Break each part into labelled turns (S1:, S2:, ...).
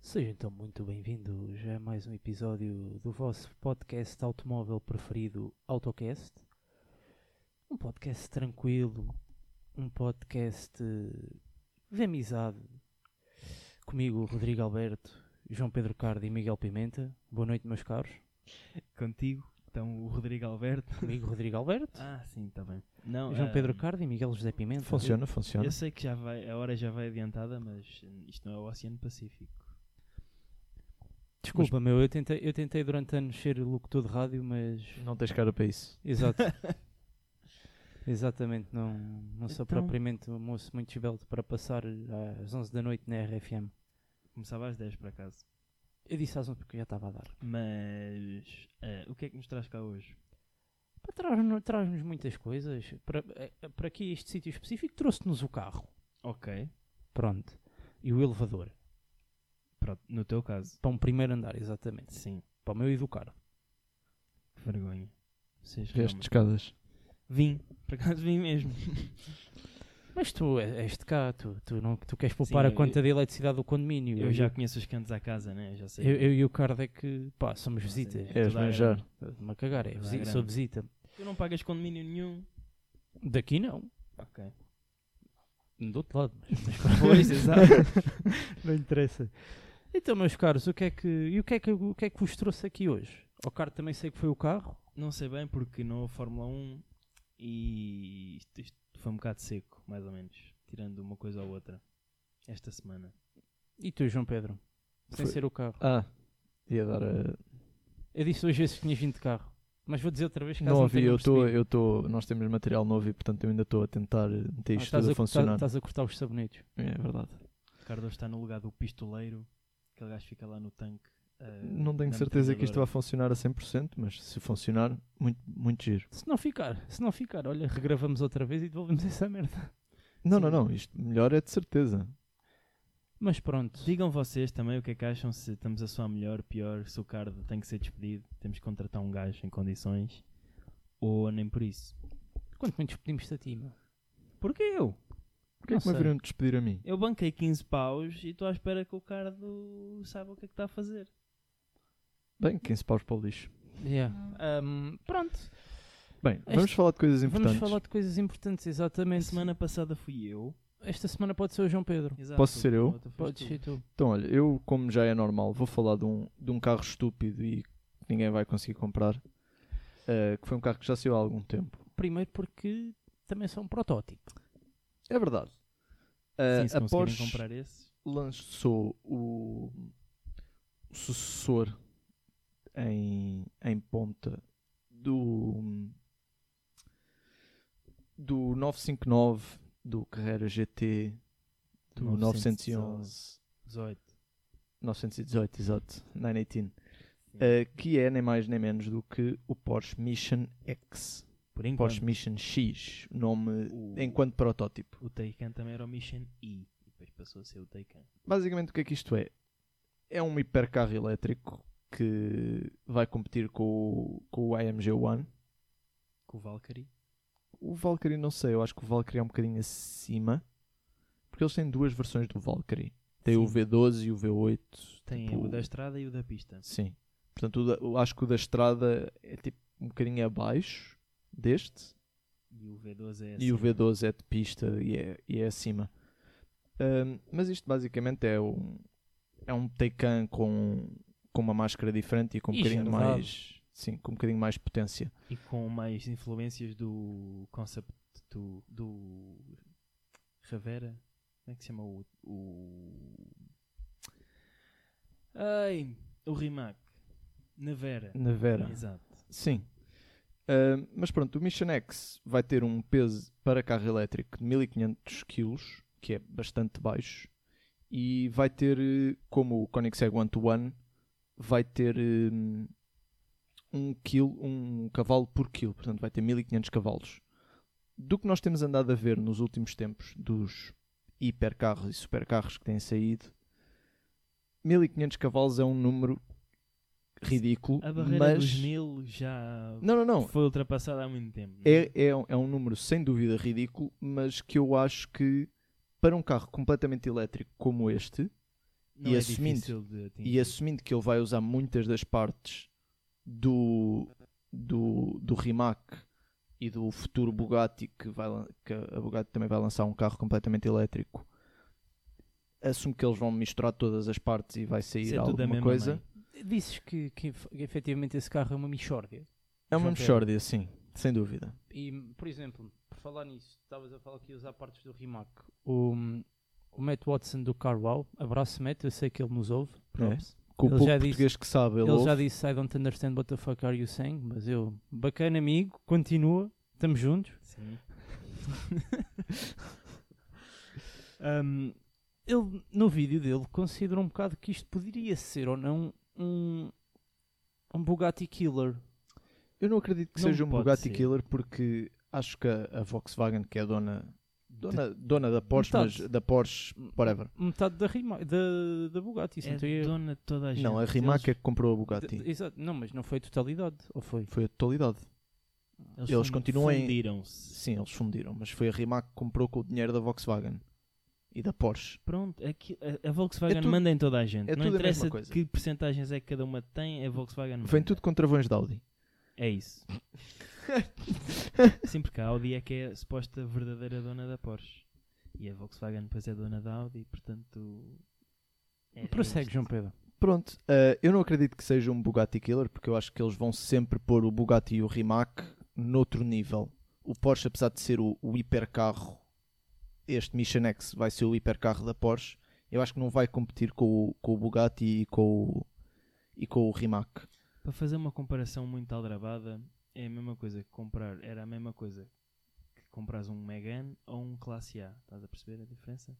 S1: Sejam então muito bem-vindos a mais um episódio do vosso podcast automóvel preferido, AutoCast. Um podcast tranquilo, um podcast eh, de amizade. Comigo, Rodrigo Alberto, João Pedro Cardo e Miguel Pimenta. Boa noite, meus caros.
S2: Contigo estão o Rodrigo Alberto.
S1: Comigo, Rodrigo Alberto,
S2: Ah, sim, está bem. Não,
S1: João
S2: ah,
S1: Pedro Cardo e Miguel José Pimenta.
S3: Funciona, funciona.
S2: Eu sei que já vai, a hora já vai adiantada, mas hum, isto não é o Oceano Pacífico.
S1: Desculpa, meu, eu tentei, eu tentei durante anos ser locutor de rádio, mas.
S3: Não tens cara para isso.
S1: Exato. Exatamente, não, não sou
S2: Então-
S1: propriamente um moço muito esbelto para passar eh, às 11 da noite na RFM.
S2: Começava às 10 por acaso.
S1: Eu disse às 11 porque já estava a dar.
S2: Mas ah, o que é que nos traz cá hoje?
S1: Pá, Traz-nos traz-nos muitas coisas. Para, eh, eh, para aqui, este sítio específico, trouxe-nos o carro.
S2: Ok,
S1: Pronto. E o elevador.
S2: pronto, no teu caso.
S1: Para um primeiro andar, exatamente.
S2: Sim,
S1: Para o meu e do carro.
S2: que vergonha. Vocês
S3: Vieste de
S2: realmente-
S3: escadas.
S2: Vim, por acaso vim mesmo.
S1: Mas tu eh, és de cá, tu, tu, não, tu queres poupar a
S2: eu-
S1: conta de eletricidade do condomínio.
S2: Eu já conheço os cantos à casa, né? Já sei.
S1: Eu, eu e o Cardo é que, pá, somos visitas.
S2: É
S3: És
S2: toda a
S3: manjar.
S1: Uma cagar, é
S2: Vai
S1: visi-
S2: grande.
S1: sou visita.
S2: Tu não pagas condomínio nenhum.
S1: Daqui não.
S2: Ok.
S1: Do outro lado, mas,
S2: Pois, exato.
S1: não interessa. Então, meus caros, o que é que, e o que, é que, o que é que vos trouxe aqui hoje? O carro também sei que foi o carro.
S2: Não sei bem porque não houve Fórmula 1 e isto, isto foi um bocado seco, mais ou menos. Tirando uma coisa ou outra. Esta semana.
S1: E tu, João Pedro? Sem
S3: Foi.
S1: ser o carro.
S3: Ah, ia dar a...
S1: Eu disse duas vezes que tinha vindo de carro. Mas vou dizer outra vez que
S3: Não ouvi, eu estou, eu estou, nós temos material novo e portanto eu ainda estou a tentar eh, meter isto
S1: Ah, estás,
S3: tudo a,
S1: a cortar,
S3: funcionar.
S1: estás a cortar os sabonetes.
S3: É verdade.
S2: Cardoso está no lugar do pistoleiro. Aquele gajo fica lá no tanque. ah,
S3: Não tenho
S2: na
S3: certeza que isto vai
S2: metralhadora.
S3: funcionar a 100%, mas se funcionar, muito, muito giro.
S1: Se não ficar, se não ficar, olha, regravamos outra vez e devolvemos essa merda.
S3: Não,
S2: Sim.
S3: não, não, isto melhor é de certeza.
S1: Mas pronto.
S2: Digam vocês também o que é que acham, se estamos a soar melhor, pior, se o Cardo tem que ser despedido, temos que contratar um gajo em condições, ou nem por isso.
S1: Quanto muito pedimos-te a ti, meu?
S2: Porque eu?
S3: Porquê é
S1: Não
S3: que me
S1: sei.
S3: haveriam de despedir a mim?
S2: Eu banquei 15 paus e estou à espera que o Cardo saiba o que é que está a fazer.
S3: Bem, 15 paus para o lixo.
S1: Yeah. Um, pronto.
S3: Bem,
S1: Este-
S3: vamos falar de coisas
S1: Vamos
S3: importantes.
S1: falar de coisas importantes,
S2: A
S1: exatamente.
S2: semana passada fui eu.
S1: Esta semana pode ser o João Pedro.
S2: Exato,
S3: Posso ser eu?
S2: a outra foste
S1: Podes
S2: tu.
S1: ser tu.
S3: Então, olha, eu, como já é normal, vou falar de um, de um carro estúpido e que ninguém vai conseguir comprar, eh, que foi um carro que já saiu há algum tempo.
S1: Primeiro porque também são um protótipo.
S3: É verdade.
S2: Sim,
S3: Eh,
S2: se
S3: a
S2: conseguirem
S3: Porsche
S2: comprar esses.
S3: lançou o, o sucessor em, em ponta do, do 959, do Carrera GT, do 911,
S2: 18.
S3: 918, exato, 918. Uh, que é nem mais nem menos do que o Porsche Mission X.
S2: Por enquanto.
S3: Porsche Mission X, nome
S2: O,
S3: enquanto protótipo.
S2: o Taycan também era o Mission E. e Depois passou a ser o Taycan.
S3: Basicamente o que é que isto é? É um hipercarro elétrico que vai competir com o, com o AMG One.
S2: Com o Valkyrie.
S3: O Valkyrie não sei, eu acho que o Valkyrie é um bocadinho acima. Porque eles têm duas versões do Valkyrie. Tem o
S2: Sim.
S3: V12 e o V8.
S2: Tem
S3: tipo,
S2: o da estrada e o da pista.
S3: Sim. Portanto, o da- eu acho que o da estrada é tipo um bocadinho abaixo deste.
S2: E o V12 é
S3: E o
S2: acima.
S3: V12 é de pista e é, e é acima. Ahm, mas isto basicamente é um, é um Taycan com, com uma máscara diferente e com um
S1: E
S3: bocadinho
S1: já verdade.
S3: mais. Sim, com um bocadinho mais potência.
S2: E com mais influências do concept do, do Ravera. Como é que se chama o. o... Ai, o Rimac. Navera.
S3: Na Vera.
S2: Exato.
S3: Sim. Ahm, mas pronto, o Mission X vai ter um peso para carro elétrico de 1500 kg, que é bastante baixo, e vai ter, eh, como o Koenigsegg One to One, vai ter hum, um, quilo, um cavalo por quilo, portanto vai ter 1500 cavalos. Do que nós temos andado a ver nos últimos tempos dos hipercarros e supercarros que têm saído, 1500 cavalos é um número ridículo,
S2: A barreira é
S3: mas...
S2: dos mil já
S3: Não, não, não.
S2: foi ultrapassada há muito tempo. não
S3: É, é, um- é um número sem dúvida ridículo, mas que eu acho que para um carro completamente elétrico como este,
S2: Não
S3: E
S2: é
S3: assumindo-
S2: difícil de atingir.
S3: E assumindo que ele vai usar muitas das partes do, do, do Rimac e do futuro Bugatti, que, vai, lan- que a Bugatti também vai lançar um carro completamente elétrico, assumo que eles vão misturar todas as partes e vai sair
S2: Isso é tudo da
S3: alguma
S2: mesma
S3: coisa.
S2: mãe.
S1: Dizes que, que ef- efetivamente esse carro é uma mixórdia.
S3: É uma
S1: João Pedro.
S3: mexórdia, sim, sem dúvida.
S1: E, por exemplo, por falar nisso, estavas a falar que ia usar partes do Rimac. O, o Matt Watson do Carwow, abraço Matt, eu sei que ele nos ouve. props.
S3: Com o
S1: Ele
S3: pouco
S1: já disse-
S3: português que sabe, É, ele,
S1: Ele
S3: ouve.
S1: já disse I don't understand what the fuck are you saying, mas eu, bacana amigo, continua, estamos juntos.
S2: Sim.
S1: Ahm, ele, no vídeo dele, considera um bocado que isto poderia ser ou não um, um Bugatti Killer.
S3: Eu não acredito que
S2: Não
S3: seja um
S2: pode
S3: Bugatti
S2: ser.
S3: Killer porque acho que a, a Volkswagen, que é a dona, dona, dona da Porsche,
S1: Metade.
S3: mas da Porsche, whatever.
S1: Metade da, Rima, da, da Bugatti. se não
S2: É
S1: estou em erro.
S2: dona de toda a gente.
S3: Não, a Rimac é
S2: Eles-
S3: que comprou a
S1: De- de-
S3: Bugatti.
S1: Exato, não, mas não foi a totalidade, ou foi?
S3: Foi a totalidade. eles
S2: fun-
S3: continuam em-
S2: fundiram-se.
S3: Sim, eles fundiram, mas foi a Rimac que comprou com o dinheiro da Volkswagen e da Porsche.
S2: Pronto, aqui- a, a Volkswagen
S3: É tudo-
S2: manda em toda a gente.
S3: é
S2: não
S3: tudo a
S2: interessa
S3: mesma coisa.
S2: que percentagens é que cada uma tem, a Volkswagen manda.
S3: Vem tudo com travões de Audi.
S2: É isso. Sim, porque a Audi é que é a suposta verdadeira dona da Porsche. E a Volkswagen depois é dona da Audi, portanto... é
S1: Prossegue,
S2: isto.
S1: João Pedro.
S3: Pronto, eh, eu não acredito que seja um Bugatti Killer, porque eu acho que eles vão sempre pôr o Bugatti e o Rimac noutro nível. O Porsche, apesar de ser o, o hipercarro, este Mission X vai ser o hipercarro da Porsche, eu acho que não vai competir com o, com o Bugatti e com o, e com o Rimac.
S2: Para fazer uma comparação muito aldrabada, é a mesma coisa que comprar... Era a mesma coisa que comprares um Megane ou um Classe A. Estás a perceber a diferença?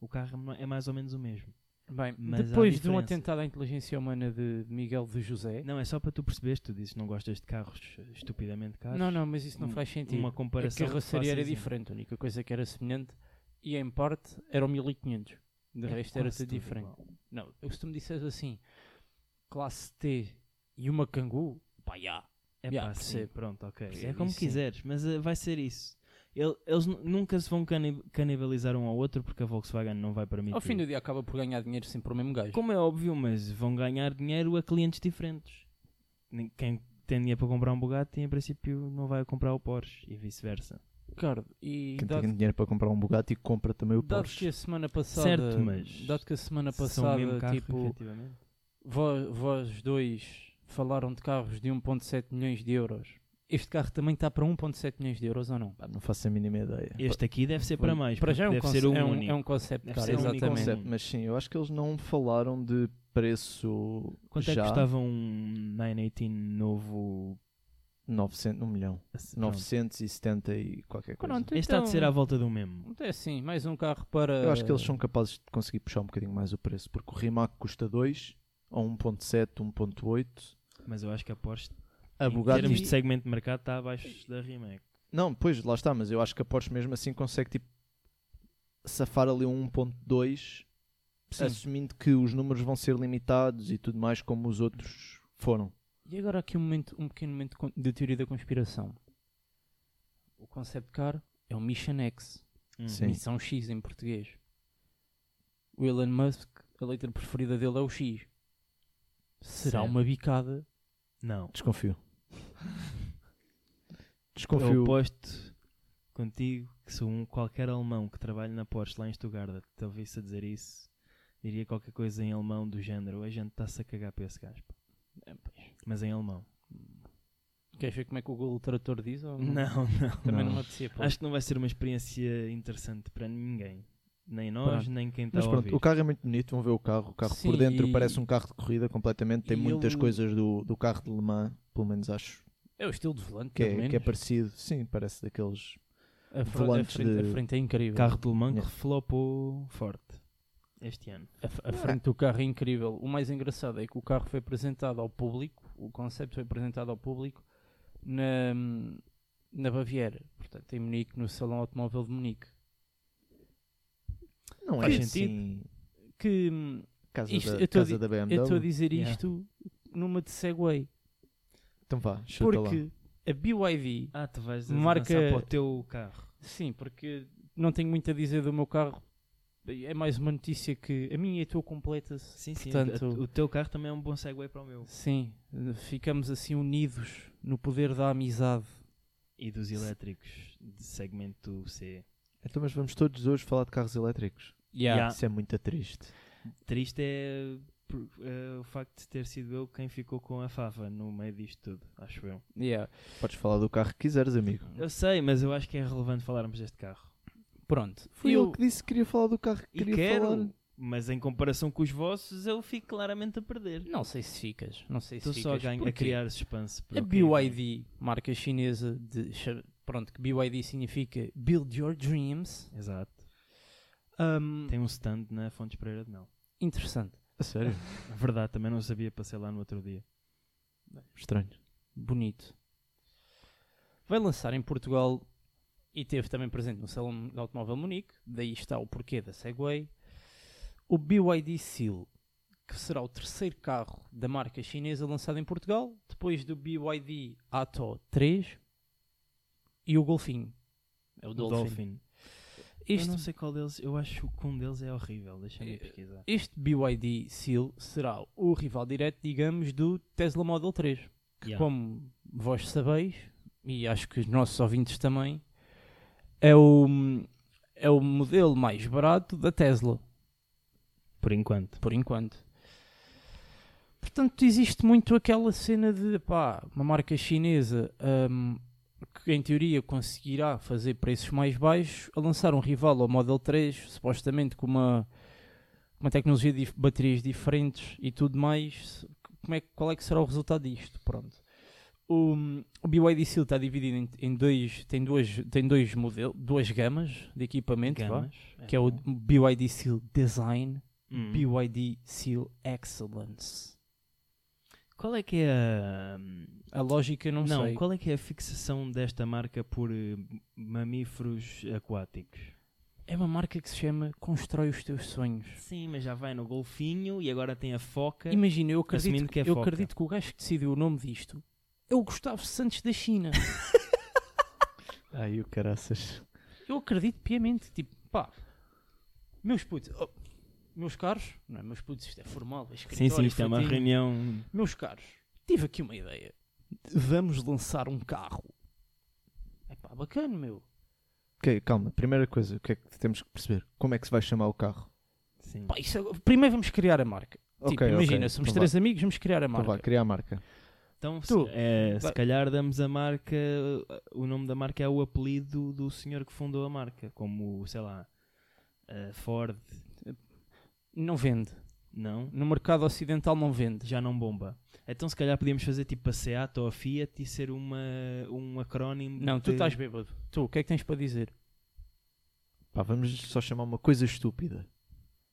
S2: O carro é mais ou menos o mesmo.
S1: Bem,
S2: Mas há
S1: depois de um
S2: diferença.
S1: atentado à inteligência humana de Miguel de José.
S2: Não, é só para tu perceberes, tu dizes que não gostas de carros eh, estupidamente caros.
S1: Não, não, mas isso não
S2: um-
S1: faz sentido. É
S2: Uma
S1: a
S2: comparação que
S1: carroceria era
S2: faças em-
S1: diferente, a única coisa que era semelhante e em parte era o 1500. De
S2: É
S1: resto era
S2: quase
S1: tudo
S2: tudo
S1: diferente.
S2: igual.
S1: Não, eu se tu me disseres assim, classe T e uma Kangoo, pá, já.
S2: É
S1: Yeah,
S2: pá, sim,
S1: percebo.
S2: pronto, ok.
S1: Percebo,
S2: é como
S1: isso sim.
S2: quiseres, mas eh, vai ser isso. Ele- eles nu- nunca se vão cani- canibalizar um ao outro porque a Volkswagen não vai permitir.
S1: Ao fim do dia acaba por ganhar dinheiro sempre o mesmo gajo.
S2: Como é óbvio, mas vão ganhar dinheiro a clientes diferentes. Nem- Quem tem dinheiro para comprar um Bugatti, em princípio, não vai comprar o Porsche e vice-versa.
S1: Ricardo, e
S3: Quem
S1: dado,
S3: tem dinheiro para comprar um Bugatti compra também o
S1: dado
S3: Porsche.
S1: que a semana passada,
S2: Certo, mas
S1: dado que a semana
S2: São o mesmo
S1: passada,
S2: carro,
S1: tipo,
S2: efetivamente.
S1: Vós, vós dois falaram de carros de 1.7 milhões de euros. Este carro também está para 1.7 milhões de euros ou não?
S3: Pá, Não faço a mínima ideia.
S2: Este aqui deve ser é, para mais.
S1: para já é um,
S2: porque deve ser
S1: conce-
S2: um
S1: é um,
S2: único.
S1: é um concept
S2: Deve
S1: car,
S2: ser um único
S1: exatamente.
S3: Conceito, mas sim, eu acho que eles não falaram de preço
S2: Quanto é que
S3: já.
S2: custava um 918 novo?
S3: 900, 1 milhão.
S2: Assim, pronto.
S3: 970 e qualquer coisa.
S1: Pronto,
S2: Este há de ser à
S1: então,
S2: volta do mesmo.
S1: é assim, mais um carro para...
S3: Eu acho que eles são capazes de conseguir puxar um bocadinho mais o preço, porque o Rimac custa 2, ou 1.7, 1.8.
S2: Mas eu acho que a Porsche,
S3: A
S2: em
S3: Bugatti...
S2: termos de segmento de mercado, está abaixo da Rimac.
S3: Não, pois, lá está, mas eu acho que a Porsche mesmo assim consegue, tipo, safar ali um 1.2,
S1: Sim.
S3: assumindo que os números vão ser limitados e tudo mais como os outros foram.
S1: E agora aqui um, momento, um pequeno momento de con- de teoria da conspiração. O concept car é o Mission X.
S2: Hum.
S3: Sim.
S1: Missão X em português. O Elon Musk, a letra preferida dele é o X. Será
S2: Certo.
S1: uma bicada
S2: Não.
S3: Desconfio.
S2: Eu
S3: Desconfio.
S2: aposto contigo que se um qualquer alemão que trabalhe na Porsche lá em Stuttgart te ouvisse a dizer isso, diria qualquer coisa em alemão do género. A gente está-se a cagar para esse gajo. pá."
S1: É, pois.
S2: Mas em alemão.
S1: Queres ver como é que o Google Trator diz? Ou
S2: Não, não.
S1: Também não,
S3: Não.
S1: me apetecia. pô.
S2: Acho que não vai ser uma experiência interessante para ninguém. Nem nós,
S1: Pronto.
S2: nem quem está
S3: Mas
S2: a
S3: pronto,
S2: ouvir.
S3: o carro é muito bonito, vão ver o carro. O carro
S1: um Sim,
S3: por dentro
S1: e-
S3: parece um carro de corrida completamente, tem
S1: e
S3: muitas
S1: ele-
S3: coisas do, do carro de Le Mans, pelo menos acho
S1: É o estilo de volante,
S3: que
S1: pelo
S3: é,
S1: menos.
S3: que é parecido. Sim, parece daqueles.
S1: a, fr- a,
S3: volantes
S1: frente,
S3: de-
S1: a frente é incrível.
S2: Carro de alemão que
S3: Yeah.
S2: flopou forte este ano.
S1: A, f- a frente do carro é incrível. O mais engraçado é que o carro foi apresentado ao público, o conceito foi apresentado ao público na, na Baviera, portanto, em Munique, no Salão Automóvel de Munique.
S3: Não
S1: Faz
S3: é
S1: sentido.
S3: assim.
S1: Que hum,
S3: Casa,
S1: Isto-
S3: da,
S1: eu tô a
S3: casa
S1: di-
S3: da BMW.
S1: eu estou a dizer
S2: Yeah.
S1: isto numa de Segway,
S3: Então vá, chuta lá.
S1: porque a BYD,
S2: Ah, tu vais
S1: Marca-
S2: lançar para o teu carro.
S1: sim, porque não tenho muito a dizer do meu carro é mais uma notícia que a minha e a tua completa-se.
S2: Sim, sim.
S1: Portanto-
S2: a- a- o teu carro também é um bom segue para o meu.
S1: Sim, ficamos assim unidos no poder da amizade.
S2: E dos elétricos de segmento C.
S3: Então, mas vamos todos hoje falar de carros elétricos.
S2: Yeah.
S3: Isso é muito triste.
S2: Triste é por- eh, o facto de ter sido eu quem ficou com a fava no meio disto tudo, acho eu.
S1: Yeah.
S3: Podes falar do carro que quiseres, amigo.
S2: Eu sei, mas eu acho que é relevante falarmos deste carro.
S1: Pronto.
S3: Foi
S1: eu,
S3: ele que disse que queria falar do carro que
S2: E
S3: queria
S2: quero,
S3: falar.
S2: mas em comparação com os vossos, eu fico claramente a perder.
S1: Não sei se ficas. Não sei
S2: Estou
S1: se
S2: só a,
S1: ficas.
S2: ganhar, a
S1: Porquê?
S2: criar suspense. para
S1: A
S2: o que é que vem.
S1: BYD, marca chinesa de. cha- Pronto, que BYD significa Build Your Dreams.
S2: Exato.
S1: Ahm,
S2: Tem um stand na Fontes Pereira de Mel.
S1: Interessante.
S3: A sério?
S2: Na verdade, também não sabia, passei lá no outro dia.
S3: Estranho.
S1: Bonito. Vai lançar em Portugal e teve também presente no Salão de Automóvel Munique. Daí está o porquê da Segway. O BYD Seal, que será o terceiro carro da marca chinesa lançado em Portugal, depois do BYD Ato 3 e o Golfinho. É o
S2: O
S1: Dolphin.
S2: Dolphin.
S1: Este
S2: Eu não sei qual deles, eu acho que um deles é horrível. Deixa-me
S1: Eh,
S2: pesquisar.
S1: Este BYD Seal será o rival direto, digamos, do Tesla Model 3. Que,
S2: Yeah.
S1: como vós sabeis, e acho que os nossos ouvintes também, é o, é o modelo mais barato da Tesla,
S2: Por enquanto.
S1: por enquanto. Portanto, existe muito aquela cena de pá, uma marca chinesa hum, que, em teoria, conseguirá fazer preços mais baixos a lançar um rival ao Model 3, supostamente com uma uma tecnologia de baterias diferentes e tudo mais, como é, que- qual é que será o resultado disto? Pronto. O, o BYD Seal está dividido em, em dois, tem duas, tem dois modelos, duas gamas de equipamento, vá,
S2: Gamas,
S1: que é o
S2: bom.
S1: BYD Seal Design,
S2: Hum.
S1: BYD Seal Excellence.
S2: Qual é que é a.
S1: A lógica não,
S2: Não,
S1: sei.
S2: qual é que é a fixação desta marca por eh, mamíferos aquáticos?
S1: É uma marca que se chama Constrói os teus sonhos.
S2: Sim, mas já vai no golfinho e agora tem a foca.
S1: Imagina, eu acredito
S2: Assumindo
S1: que,
S2: que é
S1: eu
S2: foca.
S1: acredito que o gajo que decidiu o nome disto é o Gustavo Santos da China.
S3: Ai, o caraças.
S1: Eu acredito piamente, tipo, pá, meus putos, oh, meus caros, não é meus putos, isto é formal, é
S2: Sim,
S1: escritório,
S2: sim, isto é uma
S1: infantil.
S2: reunião.
S1: Meus caros, tive aqui uma ideia. Vamos lançar um carro. É pá, bacana, meu.
S3: Ok, calma. Primeira coisa, o que é que temos que perceber? Como é que se vai chamar o carro?
S2: Sim.
S1: Pá, isso agora- primeiro vamos criar a marca. tipo,
S3: Ok, ok.
S1: imagina, somos
S3: Então
S1: três amigos, vamos criar a
S3: Então
S1: marca.
S3: vá, criar a marca.
S2: Então, se-
S1: Tu.
S2: é, se
S1: Vai.
S2: calhar damos a marca. O nome da marca é o apelido do senhor que fundou a marca. Como, sei lá, a Ford.
S1: não vende.
S2: Não?
S1: No mercado ocidental não vende.
S2: Já não bomba. Então, se calhar podíamos fazer tipo a Seat ou a Fiat e ser uma, um acrónimo.
S1: Não, tu
S2: de-
S1: estás bêbado. Tu, o que é que tens para dizer?
S3: Pá, vamos só chamar uma coisa estúpida.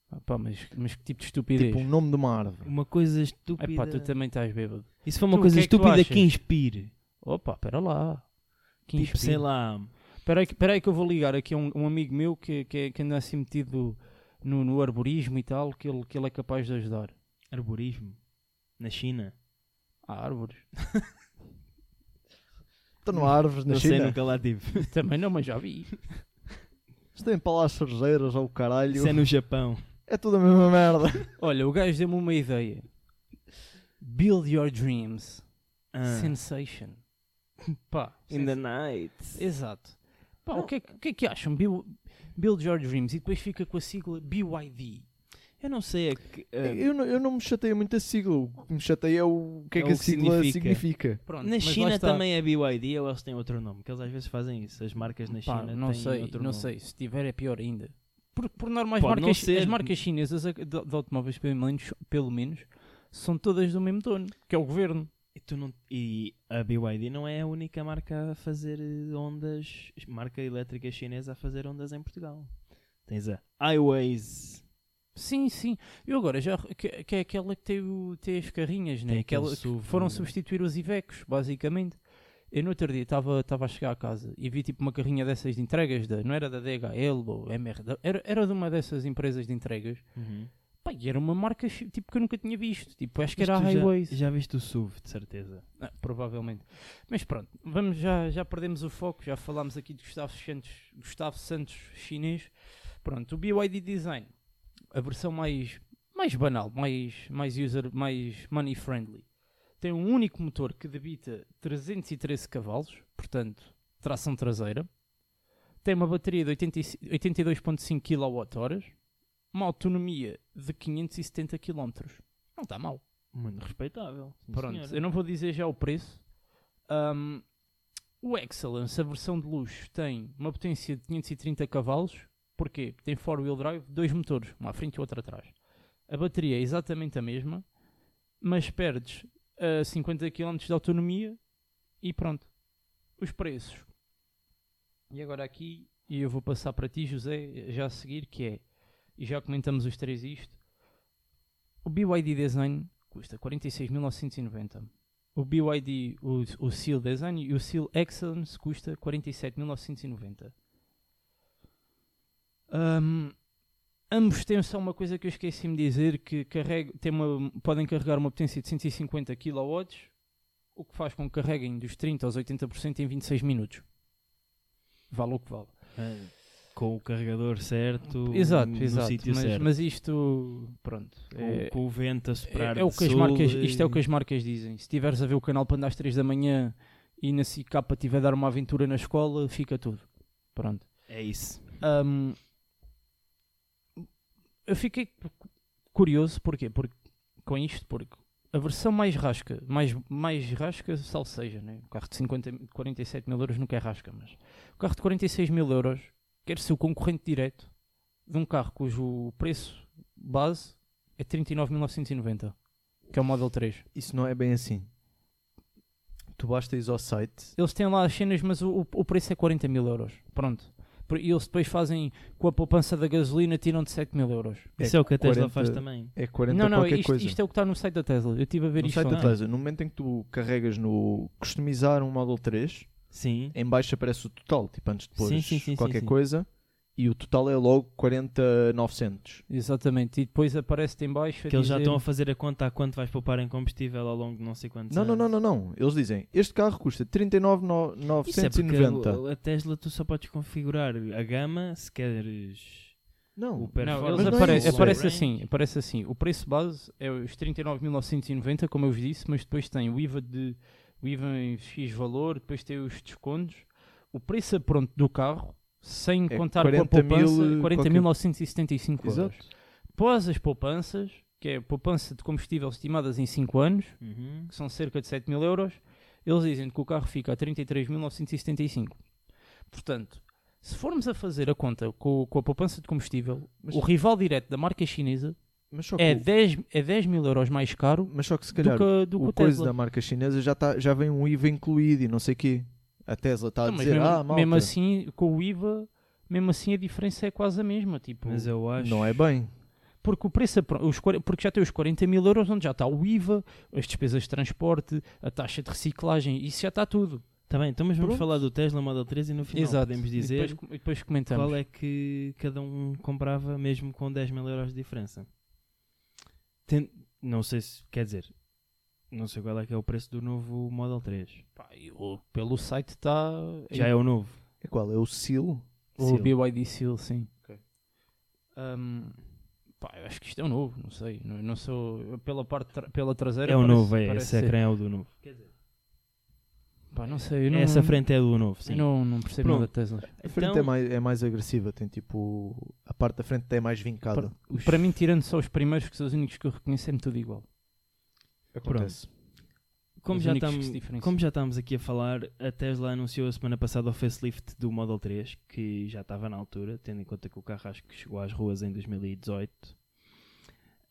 S1: Ah, pá, mas, mas que tipo de estupidez?
S3: Tipo, o nome de uma árvore.
S2: Uma coisa
S1: É
S2: um estúpida.
S1: pá, tu também estás bêbado.
S2: Isso foi uma
S1: Tu, o
S2: coisa
S1: que é que tu
S2: estúpida
S1: achas?
S2: que inspire.
S1: Opa, espera lá. Que
S2: Tipo, sei
S1: inspira.
S2: lá.
S1: Espera aí, que- espera aí que eu vou ligar aqui a um, um amigo meu que, que, é- que anda assim metido no, no arborismo e tal, que ele, que ele é capaz de ajudar.
S2: Arborismo. Na China.
S1: Há árvores.
S3: Então não há árvores na
S2: Não sei,
S3: China.
S2: nunca lá tipo, tive.
S1: Também não, mas já vi.
S3: Se tem palácios cerejeiras ou o caralho.
S2: Isso é no Japão.
S3: É tudo a mesma merda.
S1: Olha, o gajo deu-me uma ideia. Build your dreams.
S2: Ah.
S1: Sensation. Pá.
S2: In the
S1: sens-
S2: night.
S1: Exato. Pá, o que, é, que- o que é que acham? Bu- Build your dreams. E depois fica com a sigla BYD.
S2: Eu não sei. É que, ah,
S3: Eu não, eu não me chateio muito a sigla. O que me chateia é o, o que é,
S2: É
S3: que a
S2: o que
S3: sigla
S2: significa.
S3: significa.
S1: Pronto,
S2: na
S1: mas lá
S2: China
S1: está.
S2: também é BYD ou eles têm outro nome? Que eles às vezes fazem isso. As marcas na
S1: Pá,
S2: China
S1: não
S2: têm
S1: sei,
S2: outro
S1: não
S2: nome.
S1: sei. Se tiver é pior ainda. Por, por norma, as
S2: Pode não
S1: marcas,
S2: ser.
S1: as marcas chinesas a- de, de automóveis, pelo menos, pelo menos, são todas do mesmo dono, que é o governo.
S2: E, tu não- e a BYD não é a única marca a fazer eh, ondas. Marca elétrica chinesa a fazer ondas em Portugal. Tens a Highways.
S1: Sim, sim. E agora, já, que, que é aquela que tem, o, tem as carrinhas, né?
S2: Tem aquele
S1: aquela que
S2: SUV,
S1: foram
S2: né?
S1: substituir os Ivecos, basicamente. Eu no outro dia estava estava a chegar a casa e vi tipo uma carrinha dessas de entregas, da, não era da DHL ou MR, era, era de uma dessas empresas de entregas. Pá, e era uma marca chi- tipo, que eu nunca tinha visto. Tipo, acho que era a
S2: Mas tu já-
S1: Highways.
S2: Já viste o SUV, de certeza.
S1: Ah, provavelmente. Mas pronto, vamos já, já perdemos o foco, já falámos aqui de Gustavo Santos, Gustavo Santos chinês. Pronto, o BYD Design, a versão mais, mais banal, mais, mais user, mais money friendly, tem um único motor que debita 313 cavalos, portanto, tração traseira. Tem uma bateria de 80 e- 82,5 kWh, uma autonomia de 570 km. Não está mal.
S2: Muito respeitável. sim,
S1: Pronto,
S2: senhora.
S1: eu não vou dizer já o preço. Ahm, o Excellence, a versão de luxo, tem uma potência de 530 cavalos. Porquê? Tem 4-wheel drive, dois motores, uma à frente e outra atrás. A bateria é exatamente a mesma, mas perdes ah, 50 km de autonomia e pronto. Os preços. E agora aqui, e eu vou passar para ti, José, já a seguir, que é, e já comentamos os três isto, o BYD Design custa 46.990. O BYD, o, o Seal Design e o Seal Excellence custa 47.990. Ahm, ambos têm só uma coisa que eu esqueci-me de dizer, que carrega, tem uma, podem carregar uma potência de 150 kW, o que faz com que carreguem dos 30% aos 80% em 26 minutos. Vale o que vale.
S2: Ah, Com o carregador certo,
S1: exato,
S2: no
S1: exato.
S2: sítio
S1: Mas,
S2: certo.
S1: mas isto, pronto. é-
S2: com, com o vento a soprar
S1: é, é o
S2: de
S1: que as
S2: sul,
S1: marcas, isto é o
S2: eh,
S1: que as marcas dizem. Se tiveres a ver o canal Panda às 3 da manhã e na CICAPA tiver a dar uma aventura na escola, fica tudo. Pronto.
S2: É isso.
S1: Hum, eu fiquei curioso, porquê? Porque, com isto, porque a versão mais rasca, mais, mais rasca, salvo seja, né? o carro de 50, 47 mil euros nunca é rasca, mas o carro de 46 mil euros quer ser o concorrente direto de um carro cujo preço base é 39.990, que é o Model 3.
S3: Isso não é bem assim. Tu basta ir ao site.
S1: Eles têm lá as cenas, mas o, o- o preço é 40 mil euros. Pronto. Por- E eles depois fazem com a poupança da gasolina, tiram de 7 mil euros.
S2: Isso é o que a Tesla
S3: 40
S2: faz também.
S3: É 40
S1: não, não,
S3: qualquer
S1: isto,
S3: coisa.
S1: isto é o que está no site da Tesla. Eu estive a ver
S3: no
S1: isto.
S3: site da
S1: ontem.
S3: Tesla, no momento em que tu carregas no customizar um Model 3,
S2: Sim.
S3: em baixo aparece o total, tipo antes de pôr
S2: Sim, sim, sim,
S3: qualquer
S2: sim, sim.
S3: coisa, e o total é logo 40,900.
S1: Exatamente. E depois aparece em baixo. a
S2: Que eles já
S1: É dizer-
S2: estão a fazer a conta a quanto vais poupar em combustível ao longo de não sei quantos
S3: Não,
S2: anos.
S3: não, não, não, não. Eles dizem, este carro
S2: Isso
S3: custa
S2: é porque
S3: 39,990.
S2: a- a Tesla tu só podes configurar a gama se queres
S3: Não,
S2: o
S1: Não,
S2: performance.
S3: Mas
S1: eles
S3: não é
S1: aparecem
S3: isso.
S1: aparece
S2: range.
S1: assim, aparece assim. O preço base é os 39.990, como eu vos disse, mas depois tem o IVA de o IVA em X valor, depois tem os descontos. O preço a pronto do carro, sem
S3: É
S1: contar
S3: 40
S1: com a
S3: mil,
S1: poupança,
S3: eh,
S1: 40.975 euros.
S3: Exato.
S1: Após as poupanças, que é a poupança de combustível estimadas em 5 anos,
S2: Uhum.
S1: que são cerca de 7 mil euros, eles dizem que o carro fica a 33.975. Portanto, se formos a fazer a conta com, com a poupança de combustível,
S3: Mas-
S1: o rival direto da marca chinesa
S3: Mas só que,
S1: é
S3: o-
S1: 10, é 10 mil euros mais caro
S3: mas só que se
S1: do
S3: calhar
S1: que, do que
S3: o
S1: o
S3: coisa
S1: Tesla.
S3: da marca chinesa já, tá, já vem um IVA incluído e não sei o quê. A Tesla está a
S1: Não, mas
S3: dizer,
S1: mesmo,
S3: ah, malta,
S1: mesmo assim, com o IVA, mesmo assim a diferença é quase a mesma. Tipo,
S2: Mas eu acho.
S3: não é bem.
S1: Porque o preço, é pro- os, quar- porque já tem os 40 mil euros, onde já está o IVA, as despesas de transporte, a taxa de reciclagem, isso já está tudo.
S2: Tá bem, então mas vamos
S1: Pronto.
S2: falar do Tesla Model 3 e no final
S1: Exato.
S2: podemos
S1: E
S2: dizer
S1: depois, com- e depois comentamos.
S2: qual é que cada um comprava mesmo com 10 mil euros de diferença. Ten- Não sei se. Quer dizer. Não sei qual é que é o preço do novo Model 3.
S1: Pá, eu- pelo site tá está.
S2: Já é o novo.
S3: É qual? É o silo?
S1: O
S2: Seal.
S1: BYD Seal, sim.
S3: Ok.
S1: Ahm, pá, eu acho que isto é o novo, não sei. Não, não sou. eu Pela parte tra- pela traseira.
S2: É o
S1: parece-
S2: novo, é.
S1: parece
S2: Esse
S1: ser.
S2: ecrã é o do novo.
S1: Pá, não sei. eu não,
S2: Essa frente é do novo,
S1: eu
S2: sim.
S1: não, não percebo
S2: Pronto.
S1: nada da Tesla.
S3: A frente
S2: Então-
S3: é, mais, é mais agressiva, tem tipo. A parte da frente é mais vincada.
S2: Os-
S1: Para mim, tirando só os primeiros, que são os únicos que eu reconheço, é me tudo igual.
S3: Acontece.
S2: como
S1: Os
S2: já,
S1: únicos que
S2: tamo-
S1: se diferenciam.
S2: como já estamos aqui a falar, a Tesla anunciou a semana passada o facelift do Model 3, que já estava na altura, tendo em conta que o carro acho que chegou às ruas em 2018.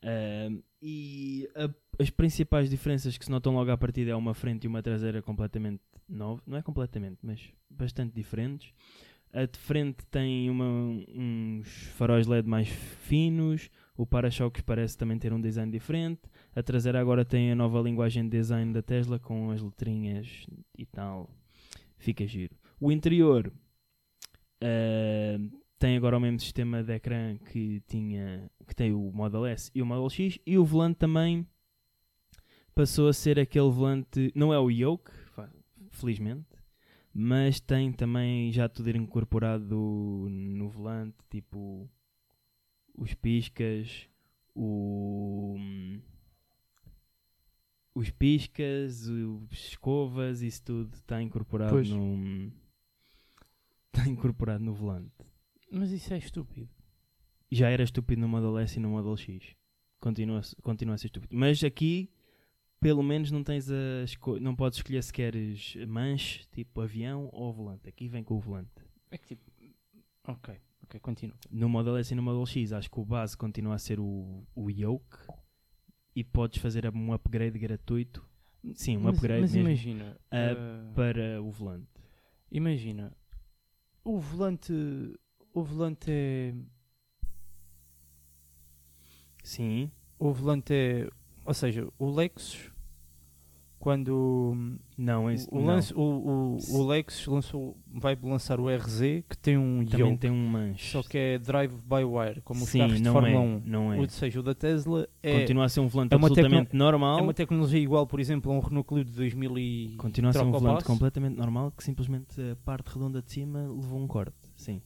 S2: Ahm, e a- as principais diferenças que se notam logo à partida é uma frente e uma traseira completamente nova, não é completamente, mas bastante diferentes. A de frente tem uma- uns faróis LED mais finos, o para-choques parece também ter um design diferente. A traseira agora tem a nova linguagem de design da Tesla com as letrinhas e tal. Fica giro. O interior ah, tem agora o mesmo sistema de ecrã que tinha que tem o Model S e o Model X e o volante também passou a ser aquele volante, não é o yoke, fa- felizmente, mas tem também já tudo incorporado no volante, tipo os piscas, o... os piscas, os escovas, isso tudo está incorporado
S3: Pois.
S2: no está incorporado no volante.
S1: Mas isso é estúpido.
S2: Já era estúpido no Model S e no Model X. Continua, continua a ser estúpido. Mas aqui, pelo menos, não tens a esco- não podes escolher se queres manche, tipo avião ou volante. Aqui vem com o volante.
S1: É que tipo. Ok, ok, continua.
S2: No Model S e no Model X, acho que o base continua a ser o, o yoke e podes fazer um upgrade gratuito. Sim, um
S1: mas,
S2: upgrade
S1: mas
S2: mesmo
S1: imagina. ah,
S2: para o volante.
S1: Imagina, o volante. O volante é.
S2: Sim,
S1: O volante é. Ou seja, o Lexus, quando.
S2: não,
S1: o-
S2: esse,
S1: o,
S2: não.
S1: lance- o, o, o Lexus lançou, vai lançar o RZ que tem um
S2: também
S1: yoke,
S2: tem um manche.
S1: só que é drive by wire, como os
S2: Sim,
S1: carros de
S2: não
S1: Fórmula
S2: é,
S1: 1.
S2: não é.
S1: Ou seja, o da Tesla é,
S2: Continua a ser um volante
S1: é uma tecno-
S2: absolutamente normal.
S1: é uma tecnologia igual, por exemplo, a um Renault Clio de 2000 e
S2: Continua a ser um
S1: troca o
S2: volante
S1: passo.
S2: completamente normal que simplesmente a parte redonda de cima levou um corte. Sim.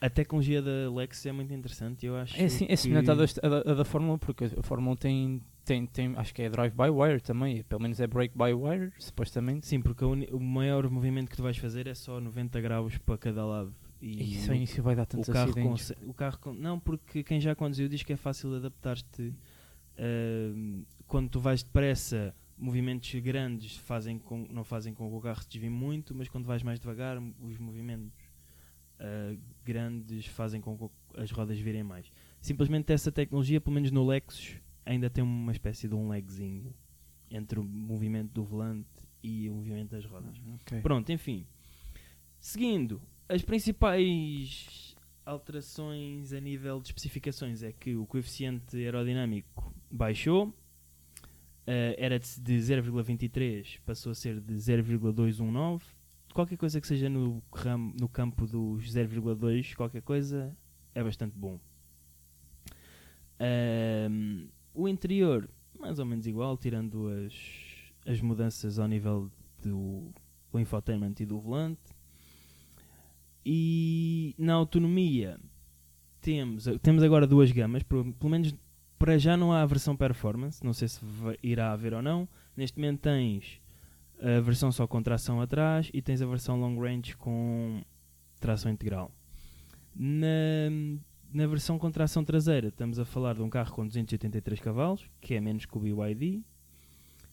S2: A tecnologia da Lexus é muito interessante. Eu acho
S1: É, sim, é
S2: que-
S1: semelhante à da, à da- à da Fórmula 1, porque a Fórmula 1 tem, tem, tem, acho que é drive-by-wire também, pelo menos é brake-by-wire, supostamente.
S2: Sim, porque a uni- o maior movimento que tu vais fazer é só 90 graus para cada lado.
S1: E
S2: E
S1: isso é ao início vai dar
S2: o
S1: tantos
S2: carro,
S1: acidentes.
S2: conse- o carro con- Não, porque quem já conduziu diz que é fácil adaptar-te. ah, quando tu vais depressa, movimentos grandes fazem com- não fazem com que o carro se desvie muito, mas quando vais mais devagar, os movimentos ah, grandes fazem com que as rodas virem mais. Simplesmente essa tecnologia, pelo menos no Lexus, ainda tem uma espécie de um lagzinho entre o movimento do volante e o movimento das rodas.
S1: Ok.
S2: Pronto, enfim. Seguindo, as principais alterações a nível de especificações é que o coeficiente aerodinâmico baixou, eh, era de de 0,23, passou a ser de 0,219. Qualquer coisa que seja no, ram- no campo dos 0,2, qualquer coisa, é bastante bom. Ahm, o interior, mais ou menos igual, tirando as, as mudanças ao nível do, do infotainment e do volante. E na autonomia temos, temos agora duas gamas, pelo pelo menos para já não há a versão performance, não sei se va- irá haver ou não. Neste momento tens a versão só com tração atrás e tens a versão long range com tração integral. Na, na versão com tração traseira estamos a falar de um carro com 283 cavalos, que é menos que o BYD,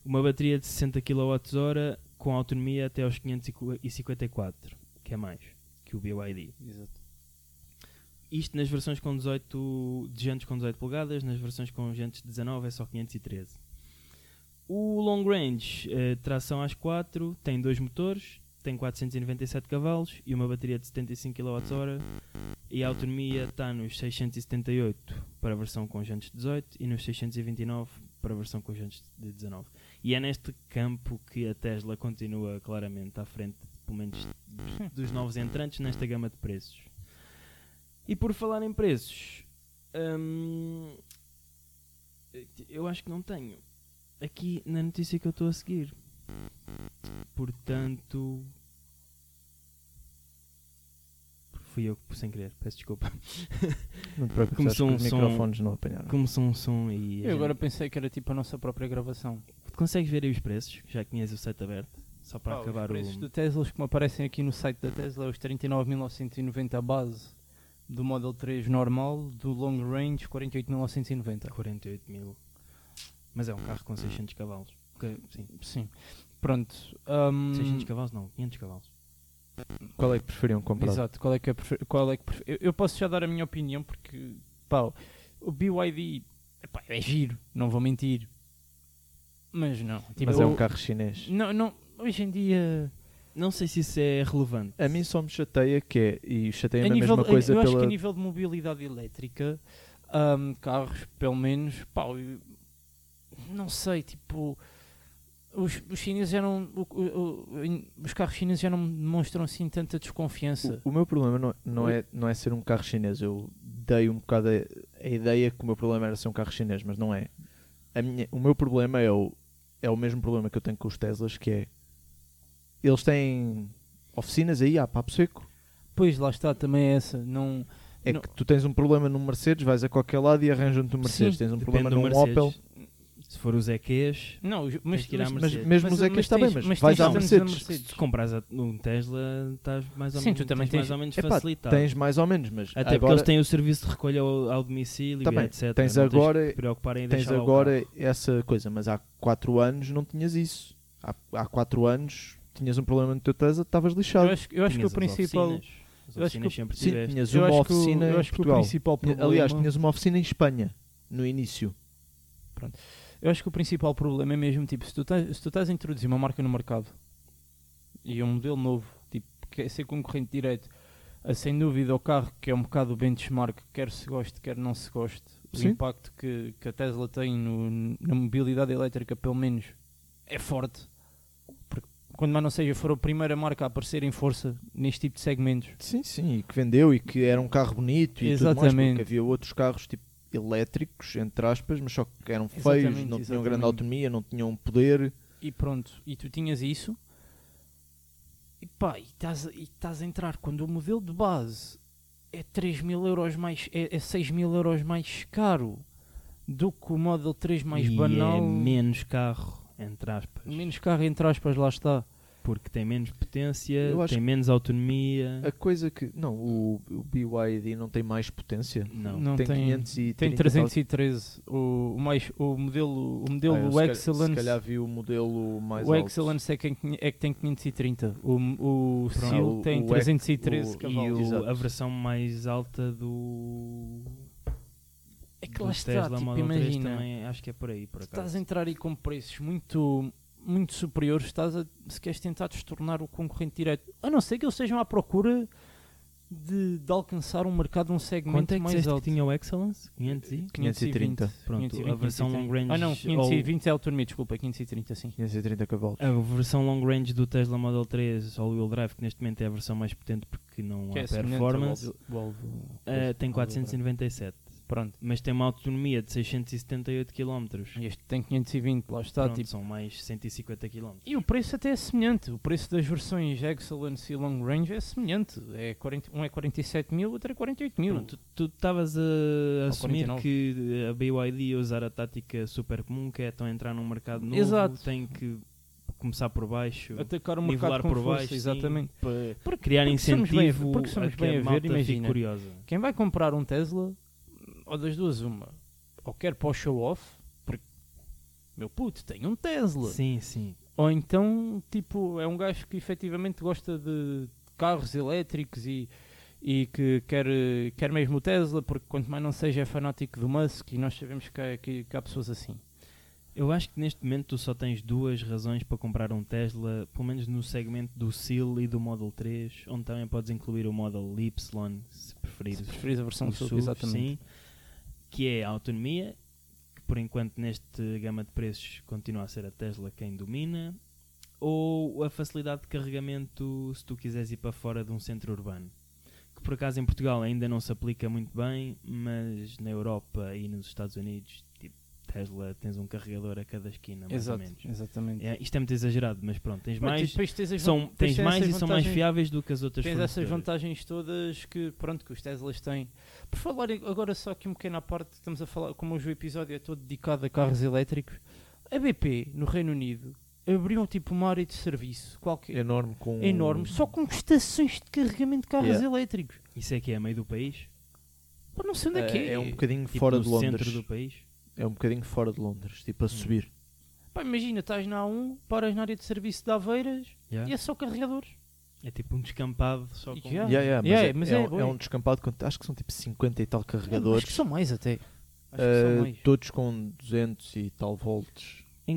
S2: uma bateria de 60 kWh com autonomia até aos 554, que é mais que o BYD.
S1: Exato.
S2: Isto nas versões com 18 de jantes com 18 polegadas, nas versões com jantes de 19 é só 513. O long range, eh, tração às 4, tem dois motores, tem 497 cavalos e uma bateria de 75 kWh e a autonomia está nos 678 para a versão com jantes de 18 e nos 629 para a versão com jantes de 19. E é neste campo que a Tesla continua claramente à frente, pelo menos dos- dos novos entrantes nesta gama de preços. E por falar em preços, hum, eu acho que não tenho aqui na notícia que eu estou a seguir. Portanto, fui eu que sem querer, peço desculpa.
S3: Não te preocupes,
S2: Começou
S3: acho que
S2: um
S3: os
S2: som-
S3: microfones não apanharam.
S2: Começou um som e. a
S1: Eu agora
S2: gente-
S1: pensei que era tipo a nossa própria gravação.
S2: Consegues ver aí os preços? Já que tinhas o site aberto, só para
S1: Pá,
S2: acabar
S1: Ah, os preços
S2: o.
S1: do Tesla, os que me aparecem aqui no site da Tesla, é os 39.990 a base do Model 3 normal, do Long Range 48.990.
S2: 48 mil. Mas é um carro com 600 cavalos. Que- Sim.
S1: Sim. Pronto. hum,
S2: 600 cavalos não, 500 cavalos.
S3: Qual é que preferiam comprar?
S1: Exato, qual é que é, prefe- qual é que prefe- eu, eu posso já dar a minha opinião porque pá, o BYD epá, é giro, não vou mentir. Mas não, tipo,
S3: Mas é
S1: eu-
S3: um carro chinês.
S1: não, não, hoje em dia
S2: Não sei se isso é relevante.
S3: A mim só me chateia que é, e chateia
S1: a
S3: a
S1: nível,
S3: mesma
S1: a-
S3: coisa
S1: eu acho
S3: pela...
S1: que a nível de mobilidade elétrica, hum, carros pelo menos, pá, eu- não sei, tipo os, os chineses já não o- o- o- os carros chineses já não demonstram assim tanta desconfiança.
S3: O, o meu problema não, não, é, não é ser um carro chinês. Eu dei um bocado a, a ideia que o meu problema era ser um carro chinês, mas não é. A minha- o meu problema é o, é o mesmo problema que eu tenho com os Teslas, que é... Eles têm oficinas aí a papo seco.
S1: Pois lá está também é essa, não
S3: É
S2: Não.
S3: que tu tens um problema num Mercedes, vais a qualquer lado e arranjam-te um Mercedes.
S1: Sim,
S3: tens um
S2: Depende
S3: problema
S2: do
S3: num
S2: Mercedes.
S3: Opel.
S2: Se for os EQs,
S1: Não, os- mas,
S2: que ir à
S1: mas-
S3: Mas
S2: Mercedes.
S3: mesmo
S1: Mas-
S3: os EQs
S1: mas
S3: está bem,
S1: tens-
S3: mas,
S1: mas
S3: vais
S1: tens
S3: à
S1: anos
S3: Mercedes.
S1: a Mercedes.
S2: se compras a- um Tesla, estás mais ou
S1: Sim,
S2: menos,
S1: tu também
S2: tens mais
S1: tens-
S2: ou menos
S3: Epá,
S2: facilitado.
S3: Tens mais ou menos, mas
S2: tá. Até porque
S3: agora
S2: eles têm o serviço de recolha ao, ao domicílio,
S3: Tá
S2: e
S3: bem,
S2: etc.
S3: tens
S2: não
S3: agora-
S2: Tens de te preocupar em
S3: tens
S2: deixar lá o
S3: agora essa coisa, mas há 4 anos não tinhas isso. Há, há 4 anos tinhas um problema no teu Tesla, estavas
S1: Eu
S3: lixado.
S1: acho, eu acho que o
S2: Tinhas as
S1: principal.
S2: oficinas. As
S1: eu acho que
S2: oficinas
S1: o-
S2: sempre
S3: Sim,
S2: tiveste.
S3: tinhas
S1: eu
S3: uma
S1: acho que o-
S3: oficina
S1: eu
S3: em
S1: acho que o
S3: Portugal.
S1: principal
S3: Tinha-
S1: problema.
S3: Aliás, tinhas uma oficina em Espanha no início.
S1: Eu acho que o principal problema é mesmo, tipo, se tu, estás, se tu estás a introduzir uma marca no mercado e um modelo novo, tipo, quer ser concorrente direto, a, sem dúvida ao carro que é um bocado o benchmark, quer se goste, quer não se goste,
S3: Sim.
S1: o impacto que, que a Tesla tem no- na mobilidade elétrica, pelo menos, é forte. Porque, quando mais não seja, for a primeira marca a aparecer em força neste tipo de segmentos.
S3: Sim, sim, e que vendeu e que era um carro bonito e tudo mais,
S1: Exatamente.
S3: porque havia outros carros tipo elétricos, entre aspas, mas só que eram feios,
S1: Exatamente,
S3: não tinham
S1: exatamente.
S3: grande autonomia, não tinham poder.
S1: e pronto, e tu tinhas isso, e pá, e estás a- e estás a entrar quando o modelo de base é 3 mil euros mais, é, é 6 mil euros mais caro do que o Model 3 mais
S2: e
S1: banal, Hum.
S2: é menos carro, entre aspas.
S1: menos carro, entre aspas, lá está.
S2: Porque tem menos potência,
S3: Eu acho
S2: tem menos autonomia.
S3: A coisa que. Não, o, o BYD não tem mais potência.
S2: Não.
S1: Não
S3: tem,
S1: tem-
S3: 530
S1: Tem
S3: e tal.
S1: 313, o, o mais, o modelo, o
S3: Ah, eu
S1: modelo
S3: se calhar-
S1: Excellence,
S3: Se calhar vi o modelo mais
S1: o
S3: alto.
S1: Excellence é, quem, é que tem 530, o, o Seal
S3: o-
S1: tem
S3: o Ex-
S1: 313
S3: o-
S2: E
S3: Cavalos,
S2: o-
S3: exato.
S2: a versão mais alta do,
S1: é que
S2: do
S1: lá está,
S2: Tesla
S1: tipo,
S2: Model 3
S1: imagina.
S2: também, acho que é por aí, por
S1: Tu estás
S2: acaso.
S1: a entrar aí com preços muito, muito superiores, estás a, se queres tentar destornar o concorrente direto, a não ser que eles estejam à procura de, de alcançar um mercado, um segmento
S2: Quanto é que
S1: mais
S2: disseste que
S1: alto.
S2: tinha o Excellence? 500 e?
S3: 530.
S2: Pronto, a versão long range
S1: Ah não,
S2: ou-
S1: 520 é autonomia, desculpa, 530 sim.
S3: 530 cavalos.
S1: É
S2: A versão long range do Tesla Model 3 All-Wheel Drive, que neste momento é a versão mais potente porque não
S1: Que é
S2: há
S1: semelhante ao
S2: performance,
S1: Volvo- Volvo-
S2: eh, tem
S1: All-wheel drive.
S2: 497,
S1: Pronto,
S2: mas tem uma autonomia de 678 km.
S1: este tem 520, lá está,
S2: Pronto,
S1: tipo.
S2: são mais 150 km.
S1: E o preço até é semelhante, o preço das versões Excellence e Long Range é semelhante, é 40, um é 47 mil, outro é 48 mil.
S2: Pronto, tu estavas a assumir
S1: 49.
S2: que a BYD ia usar a tática super comum, que é então entrar num mercado novo,
S1: Exato.
S2: tem que começar por baixo,
S1: Atacar o
S2: nivelar
S1: mercado com
S2: por
S1: força,
S2: baixo, sim,
S1: exatamente.
S2: para
S1: Porque-
S2: criar
S1: porque somos bem a-
S2: incentivo
S1: porque somos
S2: a que
S1: bem a
S2: a
S1: ver,
S2: malta fique
S1: imagina.
S2: curiosa.
S1: Quem vai comprar um Tesla, ou das duas, uma, ou quer para o show-off, porque, meu puto, tem um Tesla.
S2: Sim, sim.
S1: Ou então, tipo, é um gajo que efetivamente gosta de carros elétricos e, e que quer, eh, quer mesmo o Tesla, porque quanto mais não seja é fanático do Musk e nós sabemos que, há- que, que há pessoas assim.
S2: Eu acho que neste momento tu só tens duas razões para comprar um Tesla, pelo menos no segmento do Seal e do Model 3, onde também podes incluir o Model Y, se
S1: Se
S2: preferires.
S1: preferires a versão
S2: o
S1: SUV,
S2: SUV,
S1: exatamente.
S2: sim, que é a autonomia, que por enquanto neste gama de preços continua a ser a Tesla quem domina, ou a facilidade de carregamento se tu quiseres ir para fora de um centro urbano. Que por acaso em Portugal ainda não se aplica muito bem, mas na Europa e nos Estados Unidos, tipo, Tesla tens um carregador a cada esquina, mais
S1: Exato,
S2: ou menos.
S1: exatamente.
S2: É, isto é muito exagerado, mas pronto, tens mais,
S1: depois tipo, tens, as
S2: são,
S1: van- depois
S2: tens mais
S1: essas
S2: e são mais
S1: vantagens-
S2: fiáveis do que as outras
S1: Tens essas
S2: fornecedoras.
S1: vantagens todas que, pronto, que os Teslas têm. Por falar em- agora só aqui um pequeno à parte, estamos a falar, como hoje o episódio é todo dedicado a carros elétricos, a BP, no Reino Unido, abriu tipo uma área de serviço qualquer,
S3: Enorme com.
S1: enorme, só com estações de carregamento de carros
S3: Yeah.
S1: elétricos.
S2: Isso é que é a meio do país?
S1: Pá, não sei onde é que
S3: É,
S1: é.
S3: é um bocadinho
S2: Tipo,
S3: fora
S2: no
S3: de Londres.
S2: centro do país.
S3: É um bocadinho fora de Londres, tipo
S1: Hum.
S3: a subir.
S1: Pá, imagina, estás na A1, paras na área de serviço de Aveiras e é só carregadores.
S2: É tipo um descampado só com...
S1: Yeah.
S3: Yeah, yeah, mas
S1: Yeah,
S3: é,
S1: mas
S3: é
S1: é
S3: um-
S1: bom.
S3: é um descampado, com, acho que são tipo 50 e tal
S1: Acho que
S3: carregadores,
S1: são mais até. Acho que
S3: eh,
S2: Ah,
S1: são mais.
S3: todos com 200 e tal volts. 200 e tal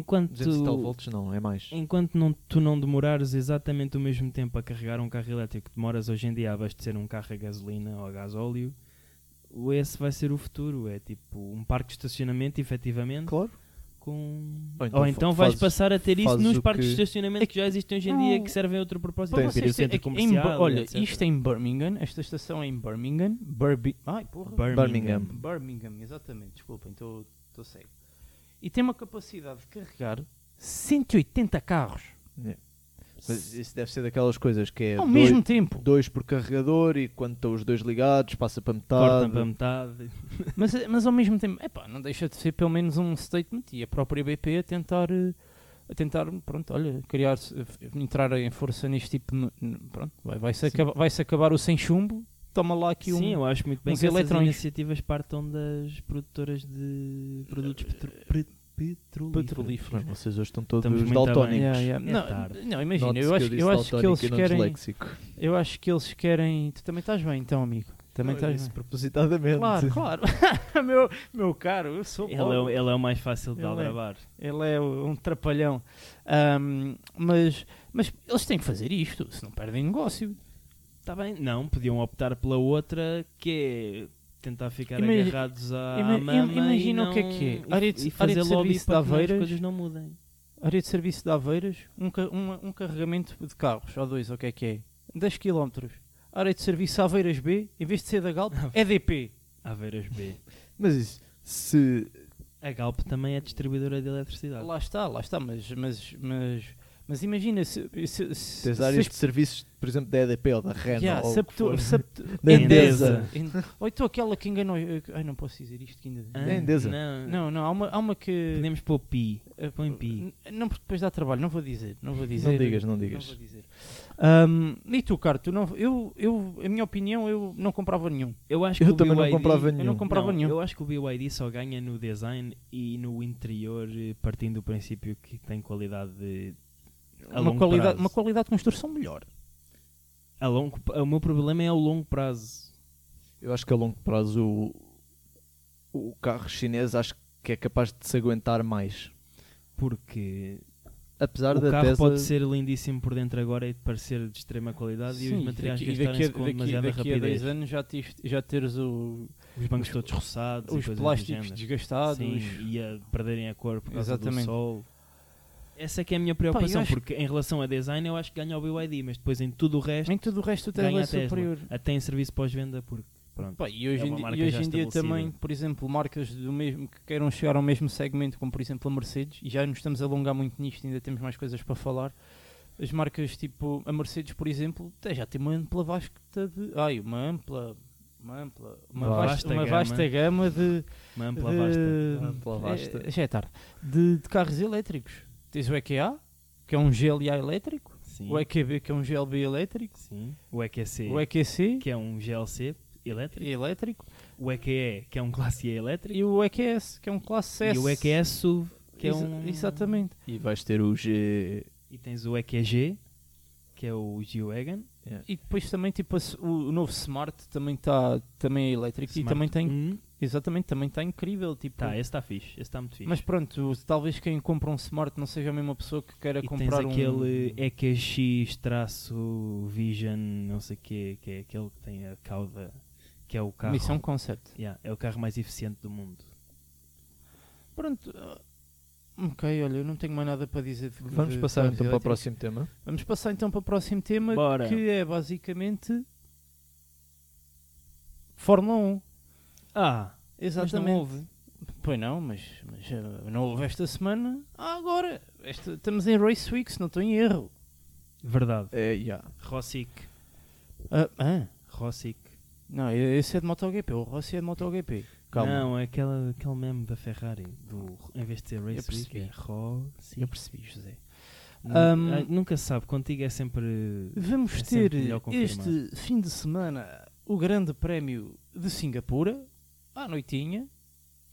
S2: Enquanto,
S3: volts não, é mais.
S1: Hum.
S2: enquanto não, tu não demorares exatamente o mesmo tempo a carregar um carro elétrico que demoras hoje em dia a abastecer um carro a gasolina ou a gasóleo, o- esse vai ser o futuro. É tipo um parque de estacionamento, efetivamente,
S3: Claro.
S2: com...
S3: Ou
S2: Ou
S3: então
S2: então,
S3: fa-
S2: vais
S3: fazes-
S2: passar a ter isso
S3: fazes
S2: nos
S3: o
S2: parques
S3: que-
S2: de estacionamento É que já existem hoje em dia
S1: Não.
S2: que servem a outro propósito.
S1: Para
S3: Tem que
S1: vocês
S2: vir o
S1: terem-
S2: centro
S1: é que em
S2: comercial,
S1: Bir- olha,
S2: etc.
S1: isto é em Birmingham, esta estação é em Birmingham, Burbi, ai porra,
S3: Birmingham.
S1: Birmingham, exatamente, desculpem, estou cego. E tem uma capacidade de carregar 180 carros.
S3: Yeah. Mas isso deve ser daquelas coisas que é
S1: Ao
S3: dois,
S1: mesmo tempo.
S3: dois por carregador e quando estão os dois ligados passa para
S2: Cortam
S3: metade.
S2: para metade.
S1: Mas, mas ao mesmo tempo, epá, não deixa de ser pelo menos um statement e a própria BP a tentar, eh, a tentar pronto, olha, criar, eh, entrar em força neste tipo de... n- Pronto, vai- vai-se
S2: Sim.
S1: acaba- vai-se acabar o sem chumbo, toma lá aqui
S2: Sim,
S1: um...
S2: eu acho muito bem
S1: uns
S2: que essas
S1: eletrões.
S2: iniciativas partam das produtoras de
S1: Eh,
S2: produtos petro, pre- petrolíferos.
S1: Petrolífero.
S3: Mas vocês hoje estão todos
S2: Estamos muito
S3: daltónicos.
S1: Yeah, yeah.
S2: É
S1: Não,
S2: tarde.
S1: não, imagina,
S3: Note-se
S1: eu acho,
S3: que
S1: eu
S3: disse
S1: acho que
S3: daltónico
S1: eles
S3: e não
S1: querem...
S3: Disléxico.
S1: Eu acho que eles querem... Tu também estás bem então, amigo? Também
S3: Não, eu
S1: estás
S3: disse
S1: bem?
S3: propositadamente.
S1: Claro, claro. meu, meu caro, eu sou
S2: Ele é,
S1: pobre.
S2: o- ele é o mais fácil de
S1: Ele é.
S2: aldrabar.
S1: Ele é um trapalhão. Ahm, mas, mas eles têm que fazer isto, se não perdem negócio. Tá
S2: Está bem? Não, podiam optar pela outra que é tentar ficar
S1: Imagi-
S2: agarrados à
S1: ima- im-
S2: mama
S1: imagina
S2: e não,
S1: o que é que é.
S2: e-
S1: Área de-
S2: e
S1: área
S2: fazer
S1: de
S2: lobby
S1: serviço
S2: para
S1: de
S2: que as
S1: tá Aveiras.
S2: coisas não mudem.
S1: Área de serviço de Aveiras, um, ca- um- um carregamento de carros, ou dois, ou o que é que é? 10 km. Área de serviço Aveiras B, em vez de ser da Galp, é DP.
S2: Aveiras B.
S3: Mas isso, se.
S2: A Galp também é distribuidora de eletricidade.
S1: Lá está, lá está, mas, mas, mas, mas imagina se. se, se
S3: Tens
S1: se-
S3: áreas de
S1: se-
S3: serviços, por exemplo, da EDP ou da Renault.
S1: Yeah,
S3: ou o
S1: se é a
S3: que
S1: petu-
S3: for.
S1: se a petu-
S3: Da
S2: Endesa.
S1: Endesa. Ou então aquela que enganou. Ai, não posso dizer isto que ainda.
S2: Ah,
S3: É Endesa.
S2: Não,
S1: Não, eh, não, há uma, há uma que.
S2: Podemos pôr pi.
S1: Uh,
S2: Põe pi.
S1: n- Não, porque depois dá trabalho, não vou dizer, não vou dizer.
S3: Não digas, não digas.
S1: vou dizer. Ahm, e tu, Caro, tu não, eu, eu, a minha opinião, eu não comprava nenhum.
S2: Eu acho que
S3: Eu
S2: o
S3: também não
S2: BYD
S3: comprava nenhum.
S1: não comprava
S2: Não,
S1: nenhum.
S2: Eu acho que o BYD só ganha no design e no interior, eh, partindo do princípio que tem qualidade eh, de- a
S1: uma,
S2: longo
S1: qualidade,
S2: prazo.
S1: uma qualidade de construção melhor.
S2: A longo, o meu problema é ao longo prazo.
S3: Eu acho que a longo prazo o, o carro chinês acho que é capaz de se aguentar mais.
S2: Porque
S3: Apesar
S2: o
S3: da
S2: carro
S3: Tesla,
S2: pode ser lindíssimo por dentro agora e de parecer de extrema qualidade e os
S1: Sim,
S2: materiais
S1: daqui, daqui, a-
S2: gastarem-se com
S1: daqui,
S2: demasiada
S1: daqui a
S2: rapidez.
S1: 10 anos já, tis- já teres o-
S2: Os bancos todos roçados, e
S1: os
S2: coisas do
S1: plásticos
S2: género.
S1: desgastados.
S2: Sim, e a perderem a cor por causa
S1: Exatamente.
S2: do sol. Essa é que é a minha preocupação,
S1: acho-
S2: porque em relação a design eu acho que ganha o BYD, mas depois em tudo o resto
S1: Em tudo o resto, o Tesla
S2: ganha
S1: é
S2: a Tesla.
S1: superior.
S2: Até em serviço pós-venda, porque pronto.
S1: Pá, e hoje,
S2: É
S1: em,
S2: uma
S1: di-
S2: marca
S1: e
S2: já
S1: hoje em dia
S2: estabelecida.
S1: também, por exemplo, marcas do mesmo que queiram chegar ao mesmo segmento, como por exemplo a Mercedes, e já nos estamos a alongar muito nisto, ainda temos mais coisas para falar. As marcas tipo a Mercedes, por exemplo, até já tem uma ampla vasta de. Ai, uma ampla. Uma ampla. Uma
S3: Vasta
S1: vasta, uma
S2: gama.
S1: vasta gama de.
S2: Uma ampla
S1: de-
S2: vasta.
S3: Ampla vasta.
S1: É, já é tarde. De, de carros elétricos. Tens o EQA, que é um GLA elétrico,
S2: Sim.
S1: o EQB, que é um GLB elétrico,
S2: Sim. O EQC,
S1: o EQC,
S2: que é um GLC elétrico.
S1: elétrico,
S2: O EQE, que é um Classe E elétrico.
S1: e o EQS, que é um classe S.
S2: E o EQS SUV, que é
S1: Exa-
S2: um...
S1: Exatamente.
S3: e vais ter o G.
S2: E tens o EQG, que é o G-Wagon.
S1: E depois também, tipo, a s- o o novo Smart também, tá, também é elétrico e também tem. Exatamente, também está incrível. Tipo,
S2: Hum. Tá, esse está fixe. Esse está muito fixe.
S1: mas pronto, talvez quem compra um Smart não seja a mesma pessoa que queira
S2: e tens
S1: comprar
S2: aquele
S1: um.
S2: EQX traço Vision, não sei o quê, que é aquele que tem a cauda, que é o carro...
S1: Missão um Concept.
S2: Yeah, é o carro mais eficiente do mundo.
S1: Pronto. ah, Ok, olha, eu não tenho mais nada para dizer. de-
S3: Vamos
S1: de
S3: passar
S1: carros
S3: então para o
S1: elétricos.
S3: próximo tema.
S1: Vamos passar então para o próximo tema
S2: Bora.
S1: que é basicamente. Fórmula 1.
S2: Ah,
S1: Exatamente.
S2: mas não houve.
S1: Pois não, mas, mas, eh, não houve esta semana. Ah, agora. Esta- estamos em Race Week, se não estou em erro.
S2: Verdade.
S3: É, yeah.
S2: Rossic.
S1: Ah, ah,
S2: Rossic.
S1: não, esse é de MotoGP. O Rossi é de MotoGP. Calma.
S2: Não, é aquela, aquele meme da Ferrari. Do, em vez de ser Race Week,
S1: percebi.
S2: é Rossic.
S1: Eu percebi, José. Hum.
S2: Nu-
S1: Ahm.
S2: Ai, nunca se sabe, contigo é sempre.
S1: Vamos ter
S2: É sempre melhor confirmar.
S1: este fim de semana o Grande Prémio de Singapura, à noitinha,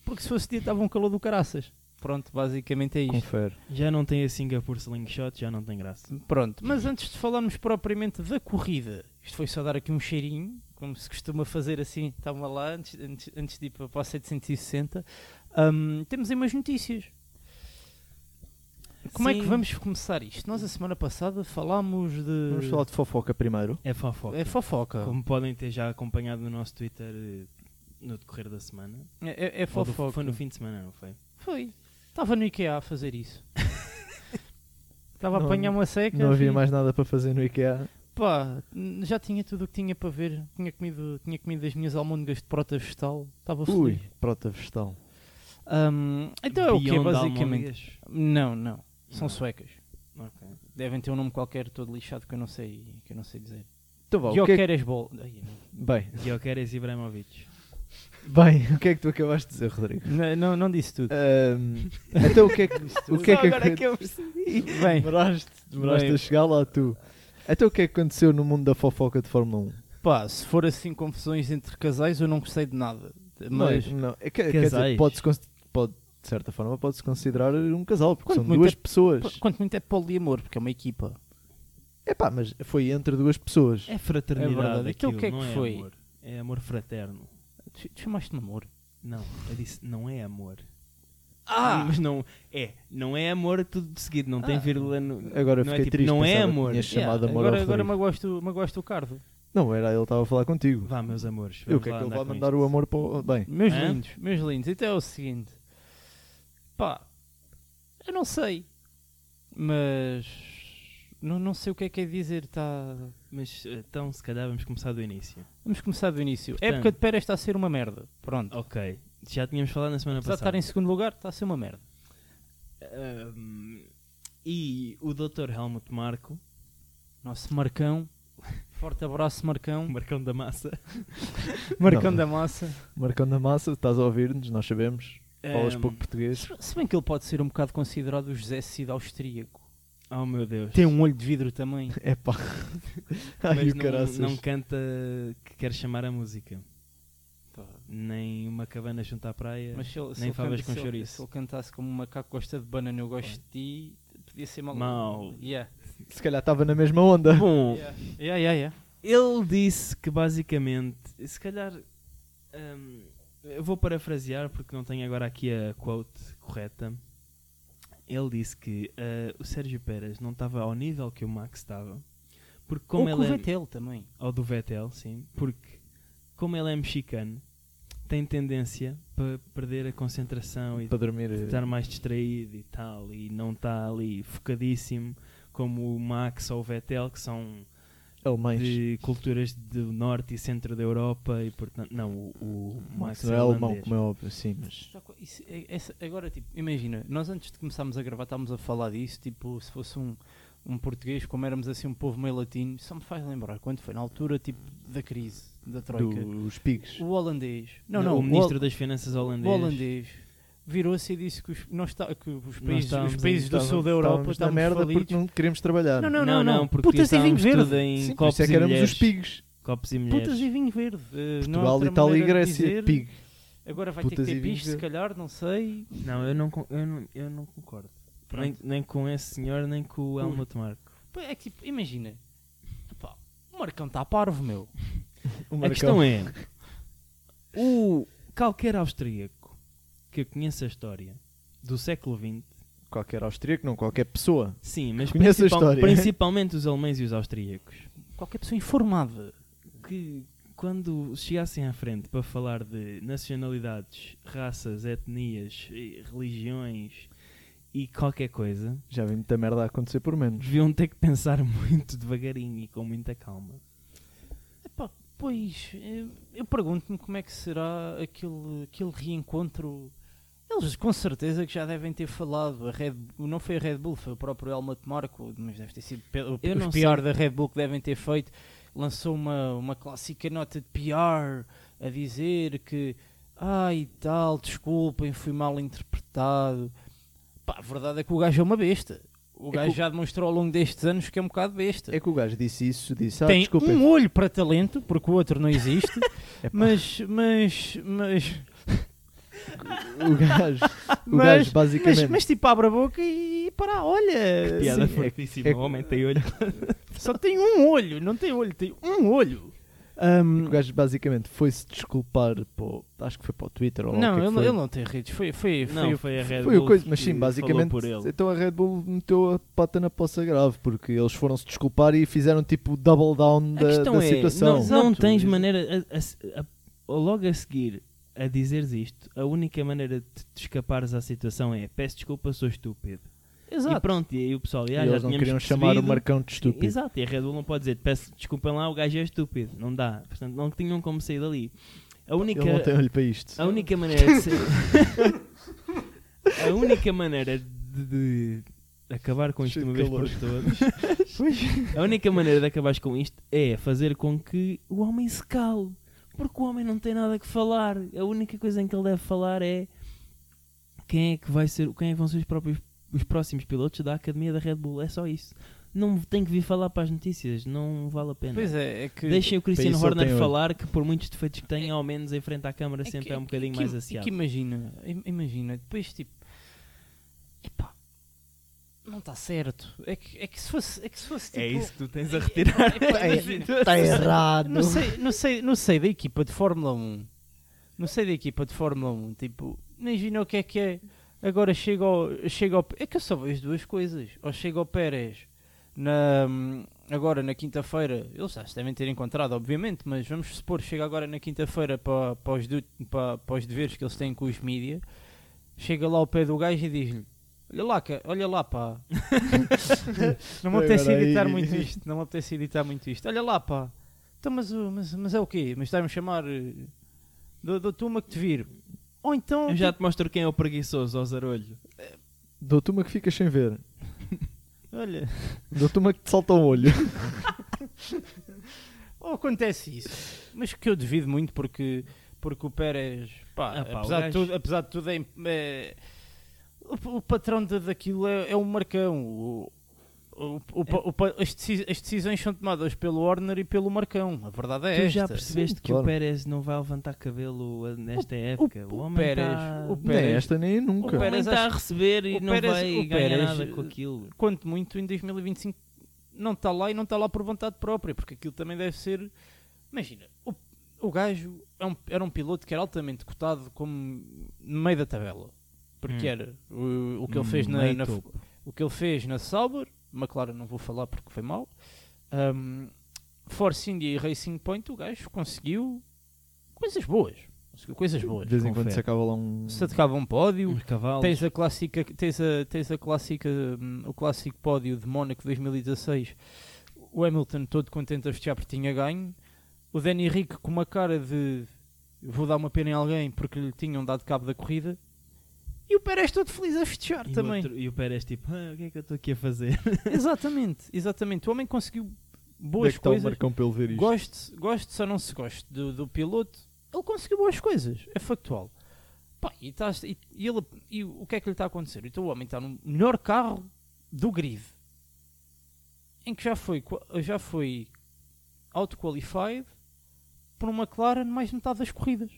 S1: porque se fosse dia estava um calor do caraças. Pronto, basicamente é isto.
S3: Confere.
S2: Já não tem assim a Singapore Slingshot, já não tem graça.
S1: Pronto, mas
S2: Uhum.
S1: antes de falarmos propriamente da corrida, isto foi só dar aqui um cheirinho, como se costuma fazer assim, estava lá antes, antes, antes de ir para, para a 760. Hum, temos aí umas notícias. Como é que
S2: Sim.
S1: vamos começar isto? Nós a semana passada falámos de.
S3: Vamos falar de fofoca primeiro.
S2: É fofoca.
S1: É fofoca.
S2: Como podem ter já acompanhado no nosso Twitter eh, no decorrer da semana.
S1: É, é- é
S2: Ou do-
S1: fofoca.
S2: Foi no fim de semana, não foi?
S1: Foi. Estava no IKEA a fazer isso. Estava a
S3: Não-
S1: apanhar uma seca.
S3: Não havia
S1: fui-
S3: mais nada para fazer no IKEA.
S1: Pá, n- já tinha tudo o que tinha para ver. Tinha comido, tinha comido as minhas almôndegas de prota vegetal. Estava
S3: Ui,
S1: feliz.
S3: prota vegetal.
S1: Hum, então é o que
S2: Beyond
S1: basicamente?
S2: Almôndegas.
S1: Não, não. São
S2: Não.
S1: suecas.
S2: Ok.
S1: Devem ter um nome qualquer todo lixado que eu não sei, que eu não sei dizer. Tá
S3: Então vá, o que é que-
S1: Jokeres Bol. Ai,
S3: Bem,
S2: Guioqueres Ibrahimovic.
S3: bem, o que é que tu acabaste de dizer, Rodrigo?
S1: Não, não, não disse tudo.
S3: Ahm, então o que é que... o que é que aconte-
S2: eu percebi.
S1: Bem,
S3: Demoraste, demoraste
S1: Bem.
S3: a chegar lá tu. Então o que é que aconteceu no mundo da fofoca de Fórmula 1?
S1: pá, se for assim confusões entre casais, eu não gostei de nada. Mas
S3: não, é- não. É, que- quer
S2: Casais.
S3: dizer, pode-se cons- pode, de certa forma pode-se considerar um casal, porque
S1: Quanto
S3: são
S1: muito
S3: duas
S1: é-
S3: pessoas.
S1: quanto muito é poliamor, porque é uma equipa.
S3: É pá, mas foi entre duas pessoas.
S2: É fraternidade.
S1: É verdade. Aquilo
S2: Aquilo,
S1: que é
S2: não
S1: que
S2: é
S1: foi?
S2: Amor. É amor fraterno.
S1: Tu, tu chamaste namoro?
S2: Não, eu disse, não é amor. Mas não, é, não é amor tudo de seguido, não tem
S1: Ah.
S2: vírgula no...
S3: Agora
S2: não é
S3: fiquei
S2: tipo,
S3: triste.
S2: não é
S3: pensava que
S2: amor.
S3: tinhas chamado amor
S1: agora
S3: ao
S1: agora
S3: Rodrigo.
S1: magoaste, o- magoaste o Cardo.
S3: Não era, ele estava a falar contigo.
S2: Vá, meus amores.
S3: Eu
S2: vamos
S3: que é
S2: lá
S3: que ele
S2: andar
S3: vai
S2: com
S3: mandar
S2: isto.
S3: o amor para o. Bem,
S1: Meus
S2: Hã?
S1: lindos, meus lindos. Então é o seguinte. Pá, eu não sei. Mas... Não, não sei o que é que é dizer. Tá...
S2: Mas então, se calhar, vamos começar do início.
S1: Vamos começar do início.
S2: Portanto-
S1: Época de Pérez está a ser uma merda. Pronto.
S2: Ok, já tínhamos falado na semana
S1: Apesar de estar
S2: passada.
S1: em segundo lugar, está a ser uma merda.
S2: Ahm, e o Dr. Helmut Marco,
S1: Nosso Marcão. Forte abraço,
S2: o
S1: Marcão.
S2: Marcão da Massa,
S1: Marcão
S3: Não.
S1: da massa.
S3: marcando a massa, estás a ouvir-nos, nós sabemos. Falas
S2: ahm,
S3: pouco português.
S1: Se se bem que ele pode ser um bocado considerado o José Cid austríaco.
S2: Oh meu Deus.
S1: Tem um olho de vidro também.
S3: É pá. Ai,
S2: Mas
S3: o caraças.
S2: não, não canta que quer chamar a música.
S1: Pá,
S2: Nem uma cabana junto à praia.
S1: Mas se ele, se
S2: É. Nem
S1: ele canta-
S2: favas com
S1: se ele-
S2: chouriço.
S1: se ele cantasse como um macaco gosta de banana, eu gosto de ti, podia ser mal.
S2: Mau.
S1: Yeah.
S3: Se calhar estava na mesma onda.
S2: Bom,
S1: Yeah. Yeah, yeah, yeah.
S2: ele disse que basicamente, se calhar, hum, eu vou parafrasear porque não tenho agora aqui a quote correta. Ele disse que ah, o Sérgio Pérez não estava ao nível que o Max estava, porque como
S1: Ou com
S2: ele
S1: o
S2: é
S1: Vettel também.
S2: ao do Vettel, sim, porque como ele é mexicano, tem tendência para perder a concentração e
S3: Para dormir. eh,
S2: estar mais distraído e tal, e não está ali focadíssimo como o Max ou o Vettel, que são
S3: Alemães.
S2: de culturas do norte e centro da Europa e portanto não o, o Max
S3: Max não é
S2: holandês.
S3: alemão, como é óbvio, sim, mas.
S1: Já co- isso é- essa- agora, tipo, imagina, nós antes de começarmos a gravar estávamos a falar disso, tipo, se fosse um, um português, como éramos assim um povo meio latino, só me faz lembrar quando foi, na altura, tipo, da crise, da troika.
S3: Dos pigos.
S1: O holandês. Não,
S2: Não,
S1: não,
S2: o
S1: hol-
S2: ministro das finanças holandês,
S1: O holandês virou-se e disse que os, nós tá- que os países,
S2: estávamos
S1: os países
S2: em-
S1: do sul da Europa
S3: Estávamos na
S1: estavam
S3: merda
S1: falidos.
S3: porque não queremos trabalhar.
S1: Não,
S2: não,
S1: não,
S2: não, porque
S1: putas e vinho
S2: estávamos tudo
S1: verde.
S2: em
S3: Sim, por
S2: copos
S3: isso é
S2: e
S3: que éramos
S2: mulheres,
S3: os pigos.
S2: copos e mulheres.
S1: Putas e vinho verde. Eh, não há
S3: Portugal,
S1: outra
S3: Itália e
S1: maneira de
S3: Grécia,
S1: dizer.
S3: pig.
S1: Agora vai
S3: Putas
S1: ter
S3: e
S1: que ter
S3: vinho
S1: bicho, se
S3: verde.
S1: calhar, não sei.
S2: Não, eu não, con- eu não, eu não concordo. Nem,
S1: Pronto.
S2: nem com esse senhor, nem com o
S1: Ui.
S2: Helmut Marco.
S1: Pô, É que tipo, imagina. Epá, o Marcão está parvo, meu.
S2: A questão é, o qualquer austríaco que conheça a história do século XX,
S3: Qualquer austríaco, não qualquer pessoa.
S2: sim, mas
S3: Conhece a
S2: principal-
S3: história.
S2: principalmente os alemães e os austríacos,
S1: Qualquer pessoa informada.
S2: que quando chegassem à frente para falar de nacionalidades, raças, etnias, e religiões e qualquer coisa,
S3: Já vi muita merda a acontecer por menos.
S2: deviam ter que pensar muito devagarinho e com muita calma.
S1: Epá, pois, eh, eu pergunto-me como é que será aquele, aquele reencontro. Eles com certeza que já devem ter falado. A Red, Bull- não foi a Red Bull, foi o próprio Helmut Marko, mas deve ter sido pe- o
S2: Eu não
S1: os PR da Red Bull que devem ter feito. Lançou uma, uma clássica nota de PR a dizer que ai tal, desculpem, fui mal interpretado. Pá, a verdade é que o gajo é uma besta. O
S3: É que
S1: gajo
S3: o-
S1: já demonstrou ao longo destes anos que é um bocado besta
S3: É que o gajo disse isso, disse, ah,
S1: tem
S3: desculpem.
S1: um olho para talento, porque o outro não existe,
S3: Epá,
S1: mas, mas, mas,
S3: o gajo, o
S1: Mas-
S3: gajo basicamente.
S1: mas, mas tipo abre a boca e para, olha,
S2: Piada
S3: Sim, é-
S2: fortíssima,
S3: é-
S2: o homem tem olho.
S1: só tem um olho, não tem olho, tem um olho. Ahm,
S3: O gajo basicamente foi-se desculpar para o- acho que foi para o Twitter ou lá
S1: não,
S3: o que é que
S1: ele,
S3: foi.
S1: ele não tem redes, foi, foi, foi,
S2: Não, foi a Red
S3: Foi o
S2: Bull
S3: coisa, mas
S2: que
S3: sim,
S2: falou
S3: basicamente.
S2: por ele.
S3: Então a Red Bull meteu a pata na poça grave, porque eles foram-se desculpar e fizeram tipo double down
S2: A
S3: da,
S2: questão
S3: da
S2: é,
S3: situação.
S2: não, não
S1: Exato.
S2: tens maneira, a- a- a- ou logo a seguir a dizeres isto, a única maneira de te escapares à situação é peço desculpa, sou estúpido. E
S1: exato.
S2: pronto, e aí o pessoal,
S3: E
S2: "Ah, já
S3: eles não
S2: tínhamos
S3: queriam chamar o
S2: percebido."
S3: Marcão de estúpido.
S2: Exato, e a Red Bull não pode dizer, peço desculpa lá, o gajo é estúpido. Não dá. Portanto, não tinham como sair dali. A única,
S3: Ele não tem olho para isto.
S2: a única maneira de sair... a única maneira de, de acabar com isto de
S3: Cheio
S2: uma
S3: de
S2: vez por todas.
S1: Pois.
S2: A única maneira de acabares com isto é fazer com que o homem se cale. Porque o homem não tem nada que falar. A única coisa em que ele deve falar é quem é que vai ser, quem é que vão ser os próprios os próximos pilotos da academia da Red Bull. É só isso. Não tem que vir falar para as notícias, não vale a pena.
S1: Pois é, é que.
S2: Deixem o Christian
S3: isso ele
S2: Horner
S3: tem olho.
S2: falar que por muitos defeitos que tenha, ao menos em frente à câmara
S1: É- que-
S2: sempre é um bocadinho mais aciado.
S1: que imagina, im- imagina, depois tipo. Epá, não está certo. É que, é que se fosse. É, que se fosse tipo,
S2: que tu tens a retirar.
S1: Epá, imagina.
S3: Está errado.
S1: Não sei, não, sei, não sei da equipa de Fórmula 1. Não sei da equipa de Fórmula 1. Tipo, imagina o que é que é. Agora chega ao, chega ao. É que eu só vejo duas coisas. Ou chega ao Pérez na, agora na quinta-feira. Eles já se devem ter encontrado, obviamente, mas vamos supor chega agora na quinta-feira para, para, os du- para, para os deveres que eles têm com os mídia. Chega lá ao pé do gajo e diz-lhe: Olha lá, ca- olha lá, pá. não me apetece
S3: Espera aí.
S1: editar muito isto. Não me apetece editar muito isto. Olha lá, pá. Então, mas, o- mas, mas é o quê? Mas estás-me a chamar eh, do, do turma que te vir. Ou então.
S2: Eu já te mostro quem é o preguiçoso, ao zarolho.
S3: Dou-te uma que ficas sem ver.
S1: tipo, Olha.
S3: Dou-te uma que te salta o olho.
S1: Ou acontece isso. Mas que eu devido muito porque, porque o Pérez. Pá,
S2: Ah, pá, o
S1: apesar, de
S2: gajo-
S1: tudo, apesar de tudo, é. im- é- o, o patrão de- daquilo é, é um marcão. O, o- o-
S2: É.
S1: o- o- as, deci- as decisões são tomadas pelo Horner e pelo Marcão. A verdade é
S2: tu
S1: esta.
S2: já percebeste
S3: Sim,
S2: que
S3: claro.
S2: o Pérez não vai levantar cabelo a- nesta época. O,
S1: o
S2: homem tá-
S1: Pérez-
S2: está
S1: o
S2: o
S1: Pérez-
S3: Nem esta, nem
S1: o
S3: nunca.
S1: Pérez-
S2: homem tá a
S1: acho-
S2: receber e
S1: o
S2: não
S1: Pérez-
S2: vai
S1: o
S2: ganhar
S1: Pérez-
S2: nada com aquilo.
S1: quanto muito em 2025 não está lá e não está lá por vontade própria, porque aquilo também deve ser. Imagina, o, o gajo é um- era um piloto que era altamente cotado como no meio da tabela. Porque
S2: Hum.
S1: era o, o que ele
S2: Hum,
S1: fez na,
S2: meio
S1: na-
S2: topo.
S1: o que ele fez na Sauber, McLaren não vou falar porque foi mal. ahm, Force India e Racing Point, o gajo conseguiu coisas boas. Conseguiu coisas boas.
S3: De vez em quando
S2: confere.
S3: se acaba lá um.
S1: Se atacava um pódio,
S2: Uns cavalos.
S1: Tens a clássica, tens a, tens a clássica, hum, o clássico pódio de Mónaco 2016. O Hamilton todo contente a festejar porque tinha ganho. O Danny Henrique com uma cara de vou dar uma pena em alguém porque lhe tinham dado cabo da corrida. E o Pérez todo feliz a festejar
S2: E o
S1: também.
S2: um outro- e o Pérez tipo, "Ah, o que é que eu estou aqui a fazer?
S1: Exatamente, exatamente. O homem conseguiu boas
S3: Onde é que está o
S1: coisas.
S3: Marcão pelo ver isto?
S1: Goste, goste só não se goste do, do piloto, ele conseguiu boas coisas, é factual. Pá, e, tá- e- e ele- e o que é que lhe está a acontecer? Então o homem está no melhor carro do grid, em que já foi, qua- já foi auto-qualified por uma McLaren mais metade das corridas,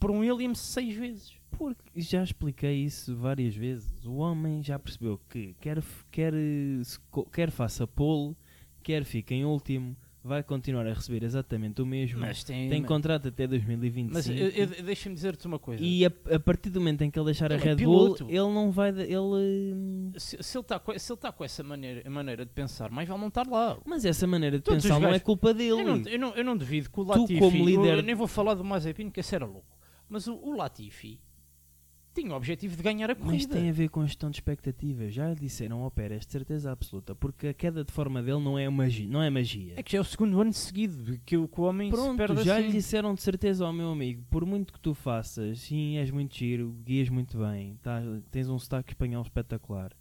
S1: por um Williams seis vezes.
S2: Porque já expliquei isso várias vezes. O homem já percebeu que quer, f- quer, eh, se co- quer faça pole, quer fique em último, vai continuar a receber exatamente o mesmo.
S1: Mas tem,
S2: Tem contrato até 2025.
S1: mas eu- eu- deixa-me dizer-te uma coisa.
S2: E a, a partir do momento em que ele deixar a
S1: Ele é
S2: Red
S1: piloto.
S2: Bull, ele não vai. de- Ele. hum,
S1: se, se ele está com, se ele tá com essa maneira, maneira de pensar, mais vale não estar lá.
S2: Mas essa maneira de
S1: Todos os
S2: pensar não é
S1: gajos-
S2: culpa
S1: Eu não,
S2: dele.
S1: eu, não, eu não duvido que o
S2: Tu,
S1: Latifi.
S2: como líder-
S1: eu, eu nem vou falar do Mazepin, que esse era louco. Mas o, o Latifi tinha o objetivo de ganhar a
S2: Mas
S1: corrida.
S2: tem a ver com a gestão de expectativas. Já lhe disseram ao Pérez de certeza absoluta, porque a queda de forma dele não é magia. Não é magia.
S1: É que já é o segundo ano seguido que o, que o homem se
S2: Pronto,
S1: perde
S2: já
S1: assim.
S2: lhe disseram de certeza ao meu amigo, por muito que tu faças, sim, és muito giro, guias muito bem, tá- tens um sotaque espanhol espetacular.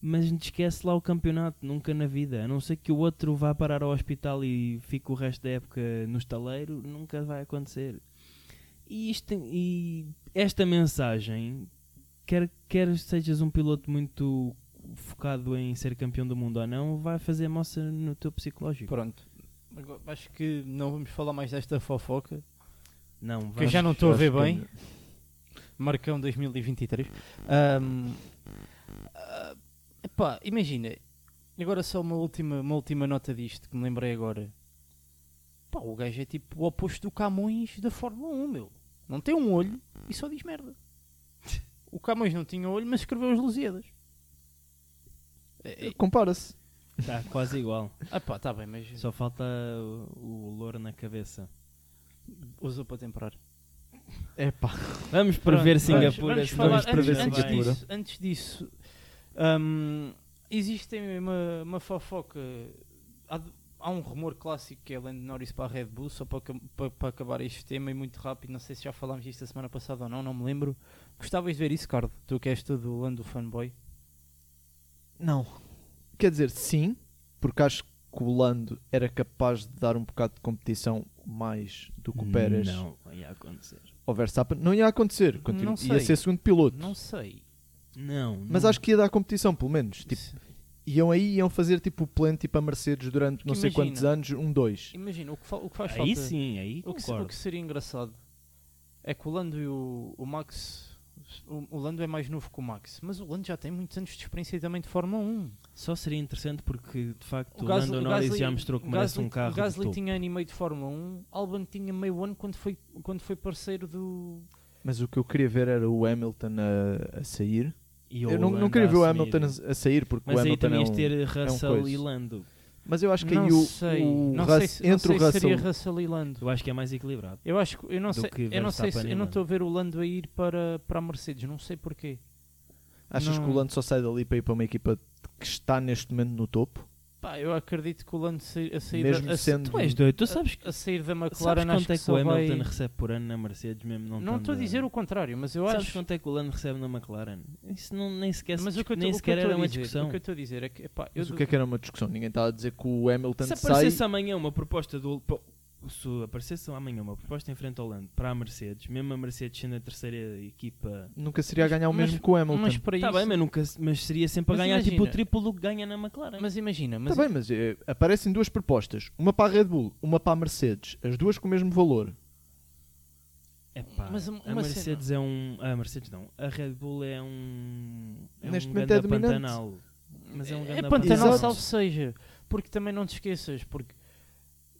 S2: Mas não te esquece lá o campeonato, nunca na vida. A não ser que o outro vá parar ao hospital e fique o resto da época no estaleiro, nunca vai acontecer. E, isto, e esta mensagem, quer, quer sejas um piloto muito focado em ser campeão do mundo ou não, vai fazer moça no teu psicológico.
S1: Pronto. Agora, Acho que não vamos falar mais desta fofoca.
S2: Não,
S1: Que eu
S2: vai.
S1: já não estou a
S3: acho
S1: ver
S3: que- é
S1: bem. Marcão 2023. Ahm, ah, epá, imagina. Agora só uma última, uma última nota disto que me lembrei agora. Pá, o gajo é tipo o oposto do Camões da Fórmula 1, meu. Não tem um olho e só diz merda. O Camões não tinha olho, mas escreveu as Lusíadas. É, é,
S3: Compara-se.
S2: Está Tá quase igual.
S1: ah pá, tá bem, mas
S2: Só falta o, o louro na cabeça.
S1: usou para temporar.
S3: É pá.
S2: Vamos
S1: Pronto,
S2: prever
S1: vamos-
S2: Singapura.
S1: Vamos,
S2: senão
S1: falar,
S3: vamos prever
S1: antes, antes
S3: Singapura.
S1: disso, antes disso, hum, existe uma, uma fofoca. Há, d- há um rumor clássico que é Lando Norris para a Red Bull, só para, acab- para, para acabar este tema e muito rápido. Não sei se já falámos disto a semana passada ou não, não me lembro. Gostavas de ver isso, Cardo? Tu que és todo o Lando fanboy.
S2: Não.
S3: Quer dizer, sim, porque acho que o Lando era capaz de dar um bocado de competição mais do que o Pérez
S2: Não, ia acontecer.
S3: ao Verstappen. Não ia acontecer,
S1: Não
S3: continu- ia
S1: sei.
S3: ser segundo piloto.
S1: Não sei.
S2: Não.
S3: Mas
S2: não.
S3: acho que ia dar competição, pelo menos. Tipo,
S1: Se-
S3: iam aí iam fazer tipo o plano tipo a Mercedes durante não sei
S1: imagina.
S3: quantos anos, um dois
S1: Imagina, o que, fa- o que faz
S2: Aí
S1: falta.
S2: sim, aí
S1: O que, se- o
S2: concordo.
S1: que seria engraçado é que o Lando e o, o Max. O, o Lando é mais novo que o Max, mas o Lando já tem muitos anos de experiência também de Fórmula 1.
S2: Só seria interessante porque de facto o,
S1: Gas-
S2: Lando Norris
S1: Gasly-
S2: já mostrou que
S1: o
S2: merece
S1: Gasly-
S2: um carro
S1: O
S2: de
S1: Gasly
S2: topo.
S1: tinha ano e meio de Fórmula 1, Albon tinha meio ano quando foi, quando foi parceiro do.
S3: Mas o que eu queria ver era o Hamilton a, a sair.
S2: E
S3: eu não,
S2: Lando
S3: não queria
S2: a
S3: ver o
S2: assumir.
S3: Hamilton a, a sair, porque
S2: Mas
S3: o
S2: aí
S3: Hamilton
S2: também
S3: é
S2: ias
S3: um-
S2: ter Russell
S3: coisa.
S2: e Lando.
S3: Mas eu acho que
S1: não
S3: aí o,
S1: sei,
S3: o
S1: não
S3: Russ-
S1: sei se,
S3: entre
S1: não sei
S3: o
S1: se
S3: Russell
S1: seria Russell e Lando.
S2: Eu acho que é mais equilibrado.
S1: Eu acho que eu não
S2: do
S1: sei,
S2: que
S1: eu não sei
S2: Verstappen
S1: se,
S2: e
S1: eu não
S2: Lando.
S1: estou a ver o Lando a ir para para a Mercedes, não sei porquê.
S3: Achas
S1: Não.
S3: que o Lando só sai dali para ir para uma equipa que está neste momento no topo?
S1: Pá, eu acredito que o Lando sai- a sair
S3: Mesmo
S1: da, a,
S3: sendo-
S2: Tu és doido, tu sabes
S1: a, a sair da
S2: Sabes
S1: McLaren acho
S2: quanto é que
S1: só
S2: o Hamilton
S1: vai...
S2: recebe por ano na Mercedes mesmo? Não
S1: Não estou a
S2: estando
S1: dizer o contrário, mas eu
S2: Sabes
S1: acho
S2: quanto é que o Lando recebe na McLaren? Isso não, nem sequer, se
S1: mas o que eu
S2: discu- nem
S1: estou- o que eu
S2: sequer
S1: estou
S2: era
S1: a
S2: uma
S1: dizer-
S2: discussão.
S1: O que eu estou a dizer é que, epá, eu
S3: Mas o
S1: dou-
S3: que é que era uma discussão? Ninguém estava a dizer que o Hamilton
S2: Se
S3: sai.
S2: aparecesse amanhã uma proposta do pô, se aparecesse amanhã uma proposta em frente ao Lando para a Mercedes, mesmo a Mercedes sendo a terceira equipa,
S3: Nunca seria a ganhar o
S1: Mas-
S3: mesmo que o Hamilton.
S1: mas para
S2: está
S1: isso,
S2: Tá bem, mas, nunca, mas seria sempre a
S1: Mas
S2: ganhar tipo o
S1: imagina.
S2: triplo do que ganha na McLaren.
S1: mas imagina, mas
S3: Está bem, mas eh, aparecem duas propostas. Uma para a Red Bull, uma para a Mercedes. As duas com o mesmo valor.
S2: Epá,
S1: mas uma
S2: a
S1: cena-
S2: Mercedes é um, a Mercedes não, a Red Bull é um é
S3: Neste
S2: um
S3: momento
S2: ganda
S3: é dominante.
S2: Pantanal. Mas é um
S1: É
S2: ganda
S1: Pantanal,
S3: Exato.
S1: salvo seja. Porque também não te esqueças, porque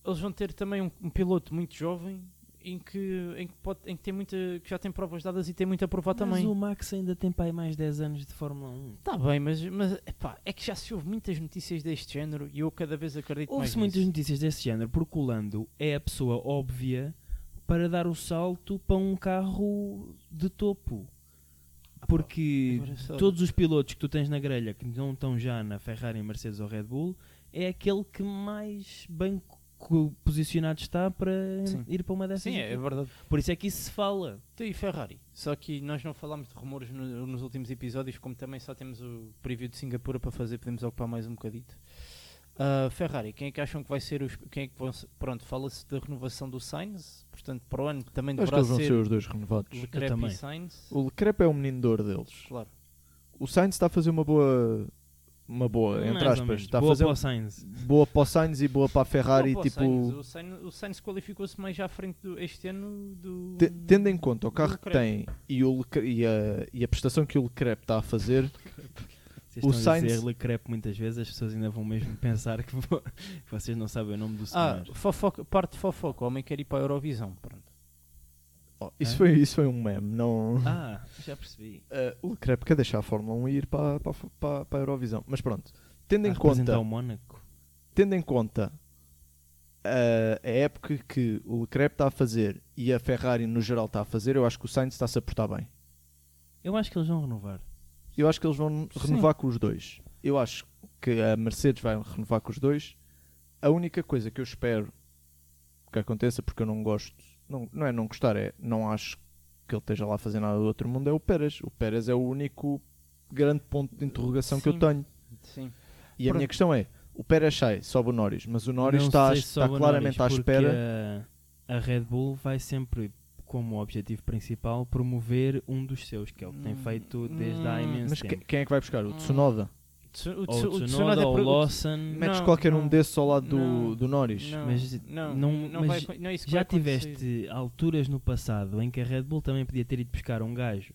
S1: eles vão ter também um, um piloto muito jovem em que, em, que pode, em que tem muita. que já tem provas dadas e tem muita a provar
S2: Mas
S1: também.
S2: o Max ainda tem para aí mais 10 anos de Fórmula 1.
S1: Está bem, mas, mas epá, é que já se houve muitas notícias deste género e eu cada vez acredito mais.
S2: Houve-se muitas
S1: nisso.
S2: notícias desse género, porque o Lando é a pessoa óbvia para dar o salto para um carro de topo.
S3: Ah, é
S2: Porque
S1: Agora só-
S2: todos os pilotos que tu tens na grelha que não estão já na Ferrari, Mercedes ou Red Bull é aquele que mais bem co- posicionado está para
S1: Sim.
S2: ir para uma dessas.
S1: Sim, é
S2: equipas.
S1: verdade.
S2: Por isso é que isso se fala.
S1: Então, E Ferrari. Só que nós não falámos de rumores no- nos últimos episódios, como também só temos o preview de Singapura para fazer, podemos ocupar mais um bocadito. Ah, Ferrari, quem é que acham que vai ser os. Quem é que vão se- pronto, fala-se da renovação do Sainz, portanto, para o ano também
S3: Acho que
S1: deverá
S3: eles vão ser
S1: ser
S3: os dois renovados.
S2: Eu
S1: Leclerc
S2: também.
S1: e Sainz.
S3: O Leclerc é o menino de ouro deles.
S1: Claro.
S3: O Sainz está a fazer uma boa. Uma boa,
S2: Mais
S3: entre
S2: ou
S3: aspas.
S2: menos.
S3: Está a
S2: Boa
S3: fazer
S2: para o Sainz.
S3: boa para o Sainz e boa para a Ferrari.
S1: Não, pô,
S3: tipo,
S1: Sainz, o Sainz, o Sainz qualificou-se mais já à frente do, este ano do.
S3: te- tendo em conta o carro que
S1: Leclerc.
S3: tem e, o Leclerc- e, a, e a prestação que o Leclerc está a fazer,
S2: Vocês
S3: O
S2: estão a dizer
S3: Sainz-
S2: Leclerc muitas vezes, as pessoas ainda vão mesmo pensar que, vo- que vocês não sabem o nome do
S1: Ah,
S2: senhor.
S1: fofoca, parte de fofoca, o homem quer ir para a Eurovisão. Pronto.
S3: Oh, isso,
S2: É?
S3: foi, isso foi um meme. Não...
S2: Ah, já percebi.
S3: Eh, o Leclerc quer deixar a Fórmula 1 e ir para, para, para, para a Eurovisão. Mas pronto, tendo em
S2: A representar
S3: conta,
S2: o Ah, então, Mónaco.
S3: tendo em conta eh, a época que o Leclerc está a fazer e a Ferrari no geral está a fazer, eu acho que o Sainz está-se a portar bem.
S2: Eu acho que eles vão renovar.
S3: Eu acho que eles vão
S2: Sim.
S3: renovar com os dois. Eu acho que a Mercedes vai renovar com os dois. A única coisa que eu espero que aconteça, porque eu não gosto, não, não é não gostar, é não acho que ele esteja lá a fazer nada do outro mundo, é o Pérez. O Pérez é o único grande ponto de interrogação que eu
S1: Sim.
S3: tenho.
S1: Sim.
S3: E a
S1: Por-
S3: minha questão é: o Pérez sai, sobe o Norris, mas o Norris
S2: Não
S3: está,
S2: sei se
S3: está
S2: sobe o
S3: claramente à
S2: Norris, porque
S1: é
S3: espera.
S2: A, a Red Bull vai sempre, como objetivo principal, promover um dos seus, que é o que tem
S1: Hum,
S2: feito desde há
S1: hum.
S2: imenso
S3: Mas que-
S2: tempo.
S3: quem é que vai buscar? O Tsunoda?
S1: Tsu- O,
S2: Ou
S1: Tsu-
S2: o
S1: o
S2: Tsunoda,
S1: é
S2: ou o
S1: pro-
S2: Lawson.
S3: Metes
S1: Não,
S3: qualquer um
S1: não.
S3: desses ao lado do,
S1: Não.
S3: do Norris.
S1: Não,
S2: Mas
S1: não,
S2: não-
S1: não
S2: mas
S1: vai- não é isso que
S2: Já
S1: vai acontecer.
S2: tiveste alturas no passado em que a Red Bull também podia ter ido buscar um gajo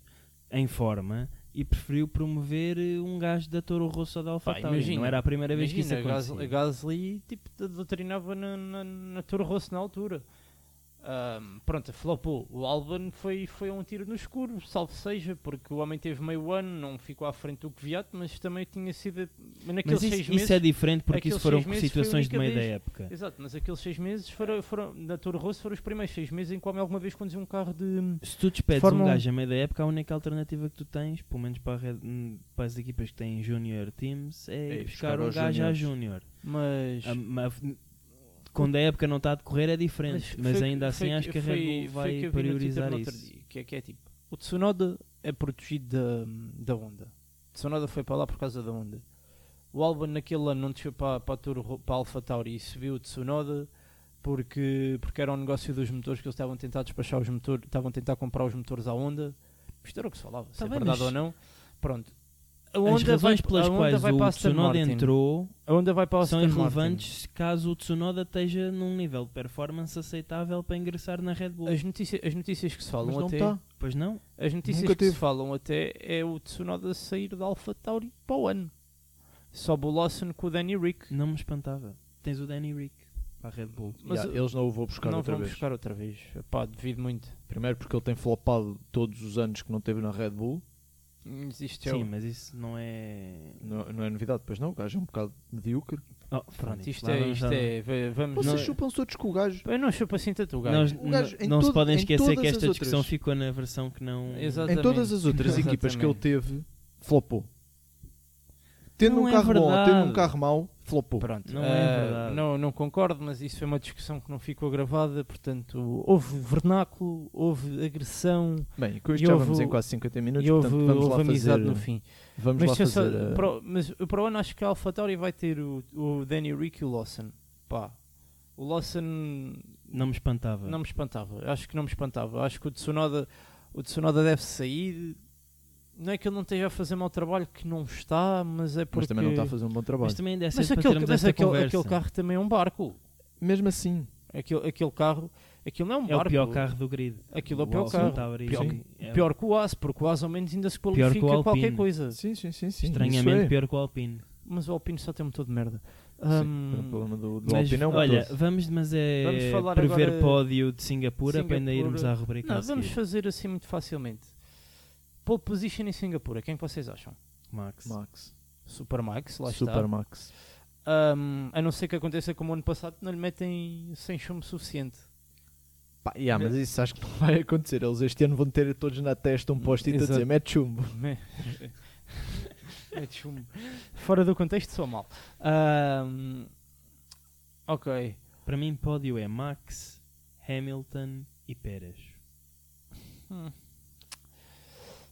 S2: em forma e preferiu promover eh, um gajo da Toro Rosso ou da
S1: Pá,
S2: AlphaTauri. Não
S1: imagina-
S2: era a primeira vez que isso
S1: Imagina,
S2: acontecia.
S1: Gasly, Gasly tipo, d- doutrinava na, na, na Toro Rosso na altura. Ahm, pronto, flopou. O Albon foi, foi um tiro no escuro, salvo seja, porque o homem teve meio ano, não ficou à frente do Kvyat, mas também tinha sido naqueles
S2: Mas isso,
S1: seis
S2: isso
S1: meses.
S2: é diferente porque isso
S1: aqueles
S2: foram
S1: seis meses foi a
S2: situações de
S1: única
S2: meio da
S1: vez-
S2: época.
S1: Exato, mas aqueles seis meses foram, foram na Toro Rosso foram os primeiros seis meses em que o homem alguma vez conduziu um carro de.
S2: Se tu despedes
S1: Fórmula
S2: um
S1: 1.
S2: gajo a meio da época, a única alternativa que tu tens, pelo menos para, a Red- hum, para as equipas que têm junior teams, é ir
S3: ir
S2: buscar,
S3: buscar
S2: um
S3: aos
S2: gajo à
S3: juniors.
S2: junior.
S1: Mas.
S2: A- ma- f- quando a época não está a decorrer é diferente, mas,
S1: foi-
S2: ainda
S1: foi
S2: assim acho que a Red Bull
S1: foi que
S2: vai
S1: eu vi no
S2: priorizar
S1: Twitter no outro
S2: isso.
S1: dia, que, é, que é tipo, o Tsunoda é protegido da, da Honda. Tsunoda foi para lá por causa da Honda. O Albon naquele ano não desceu para, para, a Tour, para a Alpha Tauri e subiu de Tsunoda porque, porque era um negócio dos motores que eles estavam a tentar despachar os motores, estavam a tentar comprar os motores à Honda. Isto era o que se falava, se
S2: Tá
S1: é
S2: bem,
S1: verdade
S2: mas
S1: ou não. Pronto. A
S2: As
S1: Honda vai,
S2: razões pelas
S1: a Honda
S2: quais
S1: vai para a
S2: o
S1: Aston
S2: Tsunoda
S1: Martin.
S2: entrou
S1: A Honda vai para a
S2: são
S1: Aston Martin.
S2: irrelevantes caso o Tsunoda esteja num nível de performance aceitável para ingressar na Red Bull.
S1: As notícias, as notícias que se falam
S3: Mas não tá.
S1: até.
S3: está.
S2: Pois não? tá.
S1: As notícias
S3: Nunca
S1: que se
S3: teve.
S1: falam até é o Tsunoda sair da Alpha Tauri para o ano. Sobe o Lawson com o Danny Rick.
S2: Não me espantava. Tens o Danny Rick para a Red Bull.
S1: Mas
S3: Yeah,
S1: o-
S3: eles não o vão buscar
S1: não
S3: outra
S1: vão
S3: vez.
S1: buscar outra vez. Pá, devido muito.
S3: Primeiro porque ele tem flopado todos os anos que não teve na Red Bull.
S1: Existe
S2: Sim, mas isso não é.
S3: Não, não é novidade, pois não. O gajo é um bocado medíocre.
S2: Oh,
S1: Pronto,
S2: Fónix,
S1: isto
S2: lá
S1: é,
S2: vamos
S1: isto
S2: dar-
S1: é. va- Vamos.
S3: Vocês
S1: não-
S3: chupam-se todos com o gajo.
S1: Eu não chupo assim tanto o gajo.
S2: Nós-
S3: O gajo
S2: n-
S3: em
S2: não se
S3: toda-
S2: podem
S3: em
S2: esquecer que
S3: todas
S2: esta
S3: as
S2: discussão
S3: outras.
S2: ficou na versão que não.
S1: Exato.
S3: Em todas as outras
S1: Exatamente.
S3: equipas que ele teve, flopou. Tendo
S2: Não
S3: um
S2: é
S3: carro bom,
S2: verdade.
S3: tendo um carro mau, flopou.
S1: Pronto,
S2: Não
S1: ah,
S2: é verdade.
S1: não, não concordo, mas isso foi uma discussão que não ficou gravada. Portanto, houve vernáculo, houve agressão
S3: Bem, com isto
S1: E
S3: já
S1: houve-
S3: vamos em quase 50 minutos,
S1: e houve,
S3: portanto vamos lá
S1: houve amizade
S3: fazer... eh,
S1: no fim.
S3: Vamos
S1: Mas,
S3: lá
S1: se eu só-
S3: fazer... uh,
S1: para, o- mas para o ano acho que a AlphaTauri vai ter o, o Danny Rick e o Lawson. Pá, o Lawson
S2: Não me espantava.
S1: não me espantava. Acho que não me espantava. Acho que o Tsunoda, o Tsunoda deve sair. Não é que ele não esteja a fazer mau trabalho, que não está, mas é porque...
S3: Mas também não está a fazer um bom trabalho.
S2: Mas também ainda é
S1: Mas
S2: cedo para
S1: aquele,
S2: termos
S1: mas
S2: esta
S1: aquele-
S2: conversa.
S1: aquele carro também é um barco.
S3: Mesmo assim,
S1: Aquele, aquele carro, aquilo não é um
S2: é o
S1: barco.
S2: pior carro do grid.
S1: Aquilo é o pior
S2: Alonso
S1: carro.
S2: Tauri.
S1: Pior-
S2: Sim. É
S1: Pior que o Aço, porque o Aço ao menos ainda se
S2: que o
S1: qualifica a qualquer
S2: Alpine.
S1: coisa.
S3: sim, sim, sim. sim.
S2: Estranhamente
S3: isso é.
S2: pior que o Alpine.
S1: Mas o Alpine só tem um motor de merda.
S3: Sim,
S1: Hum,
S3: o problema do, do
S2: Mas,
S3: Alpine é um
S2: olha,
S3: motor.
S2: vamos, mas é
S1: Vamos falar
S2: prever
S1: agora-
S2: pódio de Singapura, para ainda
S1: Singapura.
S2: irmos à rubrica.
S1: não,
S2: tá a
S1: vamos
S2: seguir.
S1: fazer assim muito facilmente. Pole position em Singapura, quem é que vocês acham?
S2: Max.
S3: Max.
S1: Supermax, lá
S3: Super Max.
S1: está. Hum, a não ser que aconteça como o ano passado, não lhe metem sem chumbo suficiente.
S3: Pá, yeah, mas isso acho que não vai acontecer. Eles este ano vão ter todos na testa um post-it a
S1: Exato.
S3: dizer mete chumbo.
S1: Me- Mete chumbo. Fora do contexto, sou mal. Hum, ok.
S2: Para mim, pódio é Max, Hamilton e Pérez.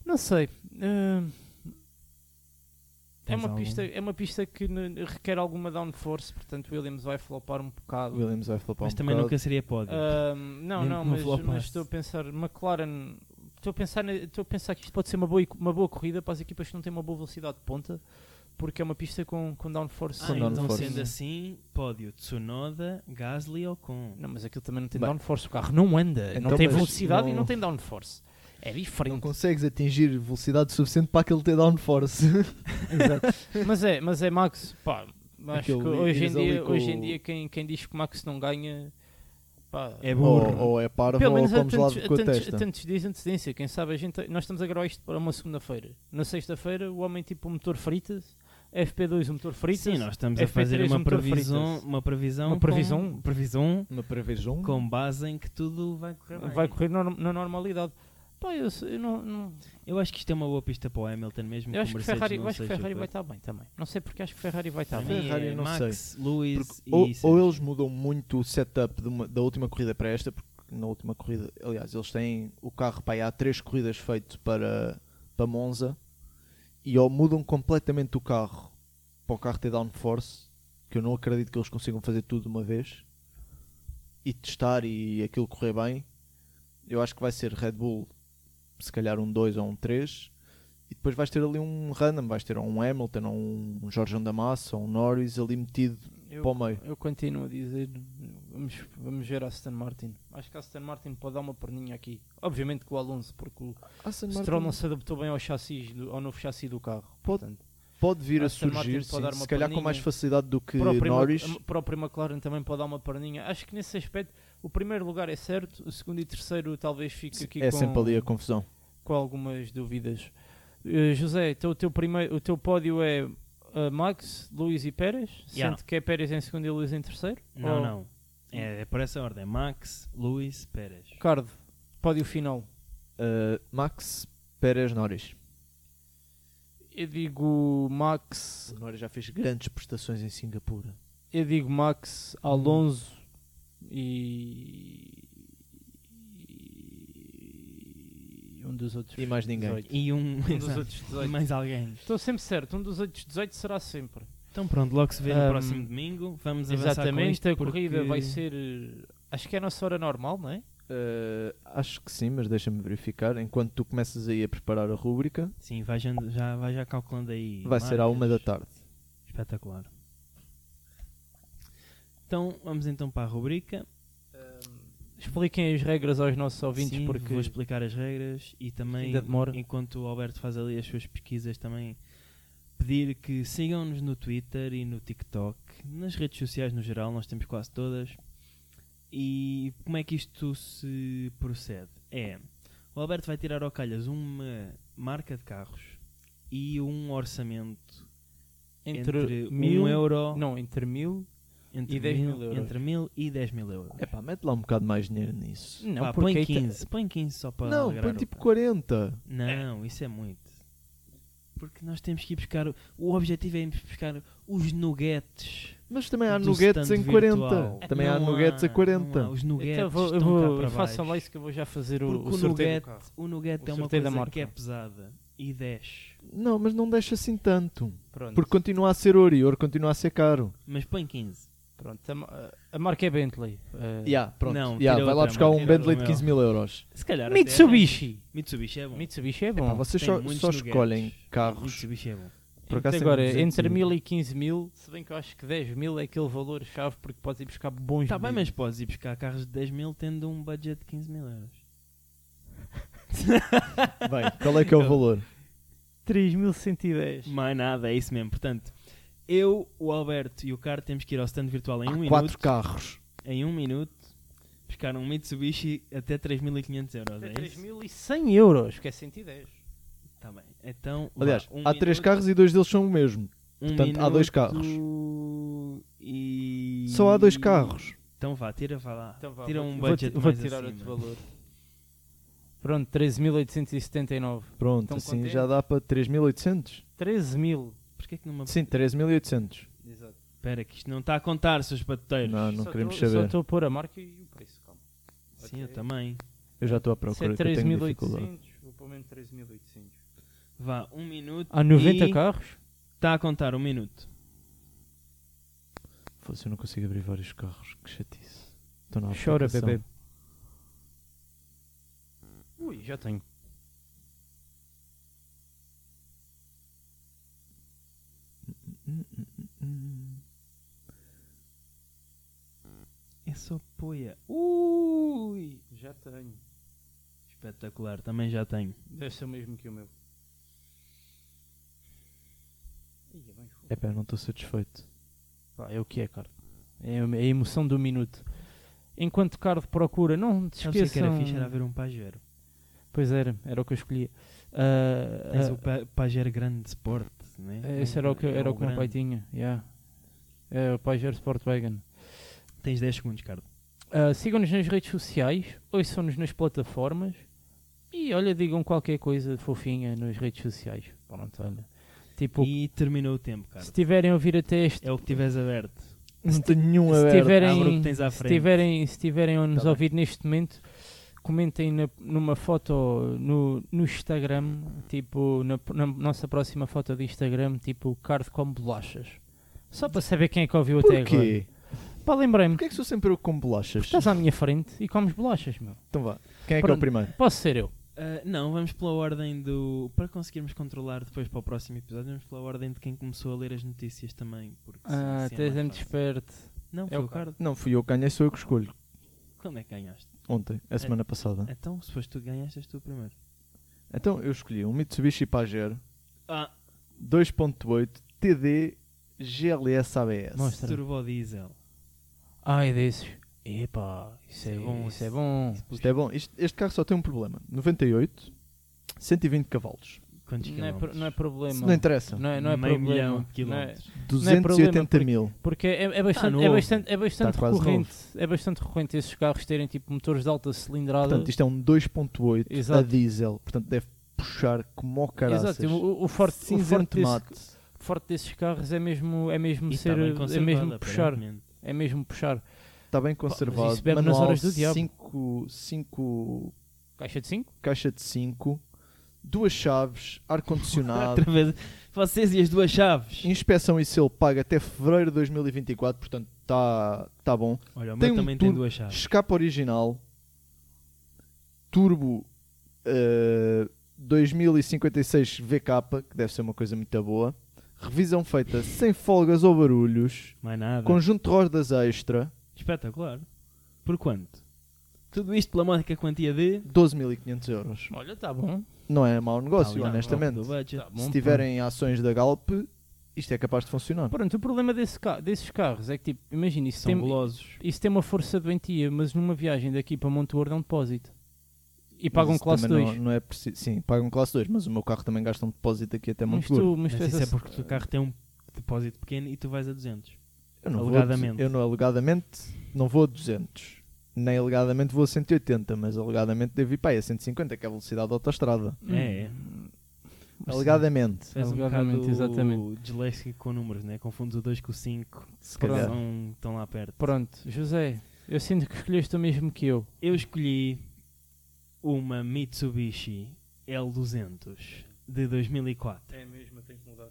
S1: Não sei. hum, é,
S2: Tens
S1: uma
S2: algum?
S1: pista, é uma pista que ne- requer alguma downforce, portanto, Williams vai flopar um bocado.
S3: Williams vai flopar
S2: Mas
S3: um
S2: também
S3: bocado.
S2: nunca seria pódio.
S1: Ahm, não,
S2: Nem
S1: não,
S2: que não
S1: mas,
S2: flopasse.
S1: mas estou a pensar, McLaren, estou a pensar, na- estou a pensar que isto pode ser uma boa, uma boa corrida para as equipas que não têm uma boa velocidade de ponta, porque é uma pista com, com downforce.
S2: Ah,
S3: São
S2: então
S3: downforce.
S2: sendo assim, pódio Tsunoda, Gasly ou Ocon.
S1: Não, mas aquilo também não tem
S3: Bem.
S1: downforce, o carro não anda, não
S3: Então,
S1: tem
S3: mas
S1: velocidade e
S3: não-
S1: não tem downforce. É
S3: Não
S1: diferente.
S3: consegues atingir velocidade suficiente para aquele ter downforce.
S1: mas, é, mas é Max, pá, acho que
S3: Aquele
S1: hoje em
S3: ires ali
S1: dia,
S3: com
S1: hoje em
S3: o-
S1: dia quem, quem diz que Max não ganha, pá,
S2: É
S3: ou,
S2: burro.
S3: ou é parvo
S1: Pelo
S3: ou
S1: menos há
S3: comes
S1: tantos,
S3: lado com a
S1: há tantos-
S3: testa.
S1: há tantos dias de antecedência. Quem sabe, a gente, nós estamos a gravar isto para uma segunda-feira. Na sexta-feira, o homem tipo o motor fritas, FP2 o um motor fritas.
S2: Sim, nós estamos a
S1: FP3
S2: fazer uma
S1: um motor
S2: previsão,
S1: fritas.
S2: uma previsão,
S1: Uma previsão?
S2: com, previsão
S3: Uma previsão.
S2: com base em que tudo vai correr bem.
S1: Vai correr na, na normalidade. Pá, eu, sei- eu não, não-
S2: Eu acho que isto é uma boa pista para o Hamilton mesmo.
S1: eu acho que
S2: com Mercedes
S1: Ferrari, eu
S2: não
S1: acho que
S2: seja
S1: Ferrari
S2: coisa.
S1: vai estar bem também. Não sei porque acho que Ferrari vai estar
S2: Para
S3: Sim.
S1: bem.
S2: mim
S3: Ferrari
S2: é
S3: eu não
S2: Max, Lewis
S3: Porque ou,
S2: e é
S3: ou
S2: Sérgio.
S3: eles mudam muito o setup de uma- da última corrida para esta, porque na última corrida, aliás, eles têm o carro para aí há três corridas feito para, para Monza e ou mudam completamente o carro para o carro ter downforce, que eu não acredito que eles consigam fazer tudo de uma vez e testar e aquilo correr bem. Eu acho que vai ser Red Bull, se calhar um 2 ou um 3. E depois vais ter ali um random, vais ter ou um Hamilton, ou um Jorge da Massa, ou um Norris ali metido
S1: Eu,
S3: para o meio.
S1: eu continuo a dizer, vamos, vamos ver a Aston Martin. Acho que a Aston Martin pode dar uma perninha aqui. Obviamente com o Alonso, porque o
S3: Aston
S1: Stroll não se adaptou bem ao, chassis, do- ao novo chassi do carro.
S3: Pode-
S1: Portanto,
S3: pode vir a
S1: Aston Martin
S3: surgir,
S1: pode
S3: sim,
S1: dar uma
S3: se calhar com
S1: perninha.
S3: mais facilidade do que
S1: próprio
S3: Norris.
S1: próprio McLaren também pode dar uma perninha. Acho que nesse aspecto, o primeiro lugar é certo, o segundo e terceiro talvez fique aqui
S3: É
S1: com,
S3: sempre ali a confusão.
S1: com algumas dúvidas. Eh, José, então o teu, primeiro, o teu pódio é eh, Max, Luís e Pérez,
S2: Yeah.
S1: sendo que é Pérez em segundo e Luís em terceiro.
S2: Não,
S1: Ou-
S2: não. É, é por essa ordem. Max, Lewis, Pérez.
S1: Ricardo, pódio final.
S3: Uh, Max, Pérez, Norris.
S1: Eu digo Max,
S3: O Norris já fez grandes prestações em Singapura.
S1: eu digo Max, Alonso e. e um dos outros.
S3: E mais ninguém.
S1: 18.
S2: E um,
S1: Um dos
S2: exato.
S1: outros
S2: e
S1: 18.
S2: mais alguém.
S1: Estou sempre certo, um dos outros 18 será sempre.
S2: Então pronto, logo se vê no
S1: Ahm,
S2: próximo domingo. Vamos avançar com
S1: Exatamente,
S2: isto
S1: a corrida
S2: porque-
S1: vai ser. eh, Acho que é a nossa hora normal, não é?
S3: Eh, acho que sim, mas deixa-me verificar. Enquanto tu começas aí a preparar a rúbrica,
S2: Sim, vai já, já- vai já calculando aí.
S3: vai ser à
S2: marcas.
S3: uma da tarde.
S2: Espetacular. Então, vamos então para a rubrica.
S1: Expliquem as regras aos nossos ouvintes
S2: Sim,
S1: porque
S2: vou explicar as regras e também,
S1: ainda demora.
S2: enquanto o Alberto faz ali as suas pesquisas, também pedir que sigam-nos no Twitter e no TikTok, nas redes sociais no geral, nós temos quase todas. E como é que isto se procede? É, o Alberto vai tirar ao calhas uma marca de carros e um orçamento
S1: entre, mil,
S2: mil um euro
S1: não, entre mil
S2: entre
S1: e 10 mil
S2: mil-
S1: euros.
S2: Entre mil e 10 mil euros.
S3: É pá, mete lá um bocado mais dinheiro nisso.
S1: não,
S2: Pá,
S1: porque
S2: põe
S1: aí tá-
S2: 15, põe 15 só para
S3: não,
S2: alegrar
S3: põe
S2: o
S3: tipo
S2: pá.
S3: 40.
S2: Não, isso é muito. Porque nós temos que ir buscar. o- O objetivo é irmos buscar os nuggets.
S3: Mas também há
S2: do
S3: nuggets
S2: stand
S3: em 40.
S2: virtual.
S3: Também há
S2: Não
S3: nuggets a
S2: não
S3: 40.
S2: há. Os nuggets
S1: Então vou, eu
S2: estão cá
S1: vou,
S2: para
S1: façam lá
S2: baixo.
S1: isso que eu vou já fazer o, o
S2: Porque o,
S1: sorteio. do
S2: nugget,
S1: carro.
S2: o nugget
S1: O
S2: é uma
S1: sorteio da
S2: coisa que é
S1: marca.
S2: pesada. E 10.
S3: Não, mas não deixa assim tanto.
S1: Pronto,
S3: Porque continua a ser ouro e ouro continua a ser caro.
S2: Mas põe 15.
S1: pronto, a, ma- a marca é Bentley. eh,
S3: Yeah, pronto.
S2: Não,
S3: Yeah,
S2: tira
S3: vai lá
S2: outra
S3: buscar
S2: marca.
S3: um
S2: Tira
S3: Bentley de
S2: outra
S3: 15 mil euros.
S2: Se calhar. até-
S1: Mitsubishi!
S2: Mitsubishi é bom.
S1: Mitsubishi é
S3: Pá,
S1: bom.
S3: vocês
S2: Tem
S3: só,
S2: muitos
S3: só
S2: nuggets.
S3: escolhem carros.
S2: Mitsubishi é bom.
S3: Por
S1: Entre
S3: acaso tem
S1: agora,
S3: 200
S1: entre
S3: mil.
S1: mil e 15 mil, se bem que eu acho que 10 mil é aquele valor-chave porque podes ir buscar bons
S2: Tá bem,
S1: mil.
S2: mas podes ir buscar carros de 10 mil tendo um budget de 15 mil euros.
S3: Bem, qual é que é
S2: Um
S3: o valor?
S1: 3110.
S2: Mais nada, é isso mesmo. Portanto, eu, o Alberto e o Caro temos que ir ao stand virtual em
S3: Há
S2: um minuto.
S3: quatro carros.
S2: Em um minuto, buscar um Mitsubishi até 3.500 euros.
S1: Até
S2: É isso?
S1: 3100 euros, que é 110.
S2: Tá bem. Então, vá,
S3: Aliás,
S2: um
S3: há três
S2: minuto-
S3: carros e dois deles são o mesmo.
S2: um
S3: portanto, há dois carros.
S2: minuto E...
S3: Só há dois carros.
S2: Então vá, tira, vá lá.
S1: Então vá,
S2: tira
S1: vou-
S2: um
S1: vou
S2: budget
S1: ti- Vou,
S2: mais
S1: tirar
S2: acima.
S1: outro valor. Pronto, 13.879.
S3: Pronto,
S1: Estão
S3: assim
S1: contentes?
S3: já dá para 3.800?
S1: 13.000.
S2: Porquê que numa...
S3: Sim, 3.800.
S1: Exato.
S2: Espera, que isto não está a contar, seus patoteiros.
S3: Não, não
S1: Só
S3: queremos
S1: tô- Só
S3: saber.
S1: estou a pôr a marca e o preço, calma.
S2: Sim, eu
S1: Ok.
S2: também.
S3: Eu já estou à
S1: Se é
S3: procura, que eu tenho dificuldade.
S1: 3.800, vou pôr mesmo 3.800.
S2: Vá, um minuto.
S1: Há 90
S2: e...
S1: carros?
S2: Está a contar, um minuto.
S3: Fosse, eu não consigo abrir vários carros. Que chatice. Estou na
S1: Chora,
S3: aplicação.
S1: bebê. Ui, já tenho.
S2: É só poia. Ui!
S1: Já tenho.
S2: Espetacular, também já tenho.
S1: Deve ser o mesmo que o meu. Ih, é bem fogo.
S3: É pá, não estou satisfeito.
S1: Pá, é o que é, cara. É a a emoção do minuto. Enquanto Cardo procura, não te
S2: Sabes o que é que era fixe? Era
S1: esqueçam.
S2: ver um Pajero.
S1: Pois era, era o que eu escolhia. Ah,
S2: Tens
S1: ah,
S2: o pa Pajero Grande Sport, né?
S1: eh, esse era o que,
S2: É
S1: era
S2: um
S1: o que meu pai
S2: grande.
S1: tinha. Yeah. É o Pajero Sportwagen.
S2: Tens 10 segundos, Cardo.
S1: Ah, Sigam-nos nas redes sociais, ouçam-nos nas plataformas e olha, digam qualquer coisa fofinha nas redes sociais. Pronto, olha. Tipo,
S2: E terminou o tempo,
S1: se
S2: Cardo.
S1: tiverem a ouvir até este
S2: É o que tiveres aberto.
S3: Não tenho nenhum
S1: se
S3: aberto.
S1: tiverem,
S2: Abre o que tens à
S1: se
S2: frente. Tá
S1: tiverem, se tiverem a nos
S3: bem.
S1: ouvir neste momento, comentem na- numa foto no, no Instagram, tipo, na, na nossa próxima foto do Instagram, tipo, cardo com bolachas. Só para saber quem é que ouviu até agora.
S3: Porquê?
S1: Para lembrar-me,
S3: Porquê é que sou sempre eu com bolachas?
S1: estás à minha frente e comes bolachas, meu.
S3: Então vá. Quem é que é o
S1: Pronto.
S3: primeiro?
S1: Posso ser eu.
S2: Ah, não, vamos pela ordem do. Para conseguirmos controlar depois para o próximo episódio, vamos pela ordem de quem começou a ler as notícias também. Porque sim,
S1: Ah,
S2: assim é
S1: tens
S2: mais
S1: me
S2: fácil.
S1: desperto.
S2: Não,
S1: É
S2: foi
S1: o
S2: o Cardo.
S3: Não, fui eu que ganhei, sou eu que escolho.
S2: Quando é que ganhaste?
S3: Ontem, a semana passada.
S2: Então, se foste tu que ganhaste, és tu o primeiro.
S3: Então eu escolhi um Mitsubishi Pajero
S2: Ah,
S3: 2.8 TD GLS ABS.
S1: Mostra.
S2: Turbo Diesel.
S1: Ai, desses. Epá, isso, é, bom. Isso é bom.
S3: Isto é bom. Isto- este carro só tem um problema. 98, 120 cavalos.
S2: Quantos
S1: Não é, pro-
S2: quilómetros?
S1: não é
S3: Isso
S1: problema.
S3: não interessa.
S1: Não é, não é
S2: Meio
S1: problema.
S2: milhão de
S1: Não é-
S2: quilómetros.
S3: 280
S1: problema,
S3: mil.
S1: Porque é, é bastante, é
S2: novo.
S1: bastante, é bastante
S3: Tá quase
S1: recorrente. É bastante recorrente esses carros terem tipo motores de alta cilindrada.
S3: Portanto, isto é um 2.8 a
S1: Exato.
S3: diesel. Portanto, deve puxar como o é caraças.
S1: Exato, o, o forte, o forte,
S3: Cinzento
S1: desse,
S3: mate.
S1: forte desses carros é mesmo, é mesmo
S2: E
S1: ser,
S2: tá bem
S1: é mesmo
S2: conservada,
S1: puxar,
S2: aparentemente.
S1: é mesmo puxar.
S3: Está bem conservado.
S1: isso bebe nas
S3: Manual
S1: horas do diabo.
S3: 5, 5
S1: Caixa de 5?
S3: caixa de 5. duas chaves, ar-condicionado,
S2: Outra vez, vocês e as duas chaves.
S3: inspeção Ah, e selo paga até fevereiro de 2024, portanto está tá bom.
S2: Olha, o
S3: Tem
S2: meu
S3: um
S2: também
S3: tour-
S2: tem duas
S1: Ah.
S2: chaves.
S3: Escape original, turbo eh, 2056 VK, que deve ser uma coisa muito boa. Revisão feita sem folgas ou barulhos.
S2: Mais nada.
S3: Conjunto de rodas extra,
S2: Espetacular. Por quanto? Tudo isto pela módica quantia de.
S3: 12.500 euros.
S1: Olha, está bom.
S3: Não é mau negócio,
S1: Ah,
S2: Tá,
S3: honestamente.
S2: do budget.
S1: Tá bom
S3: Se
S1: pá.
S3: tiverem ações da Galp, isto é capaz de funcionar.
S1: Pronto, o problema desse ca- desses carros é que, tipo, imagina, isso
S2: São
S1: tem,
S2: golosos.
S1: isso tem uma força doentia, mas numa viagem daqui para Monteouro é um depósito. E pagam
S3: Mas isso
S1: classe
S3: também
S1: 2.
S3: Não, não é preciso. Sim, pagam classe 2, mas o meu carro também gasta um depósito aqui até
S1: mas
S3: muito
S1: tu, mas
S2: Mas
S1: tu és assim.
S2: isso é
S1: ass-
S2: porque o teu carro tem um depósito pequeno e tu vais a 200.
S3: Eu não Vou,
S2: Alegadamente.
S3: eu não, alegadamente não vou a 200. Nem alegadamente vou a 180, mas alegadamente devo ir para aí a 150, que é a velocidade da autostrada.
S1: Hum,
S2: É, é. Mas
S3: Alegadamente.
S2: Tu és um
S1: Alegadamente,
S2: bocado
S1: exatamente.
S2: disléxico com números, né? Confundes o 2 com o 5.
S3: Se
S1: Pronto.
S3: calhar.
S2: São tão lá perto.
S1: Pronto, José, eu sinto que escolheste o mesmo que eu.
S2: Eu escolhi uma Mitsubishi L200 de 2004.
S1: É mesmo, tenho que mudar.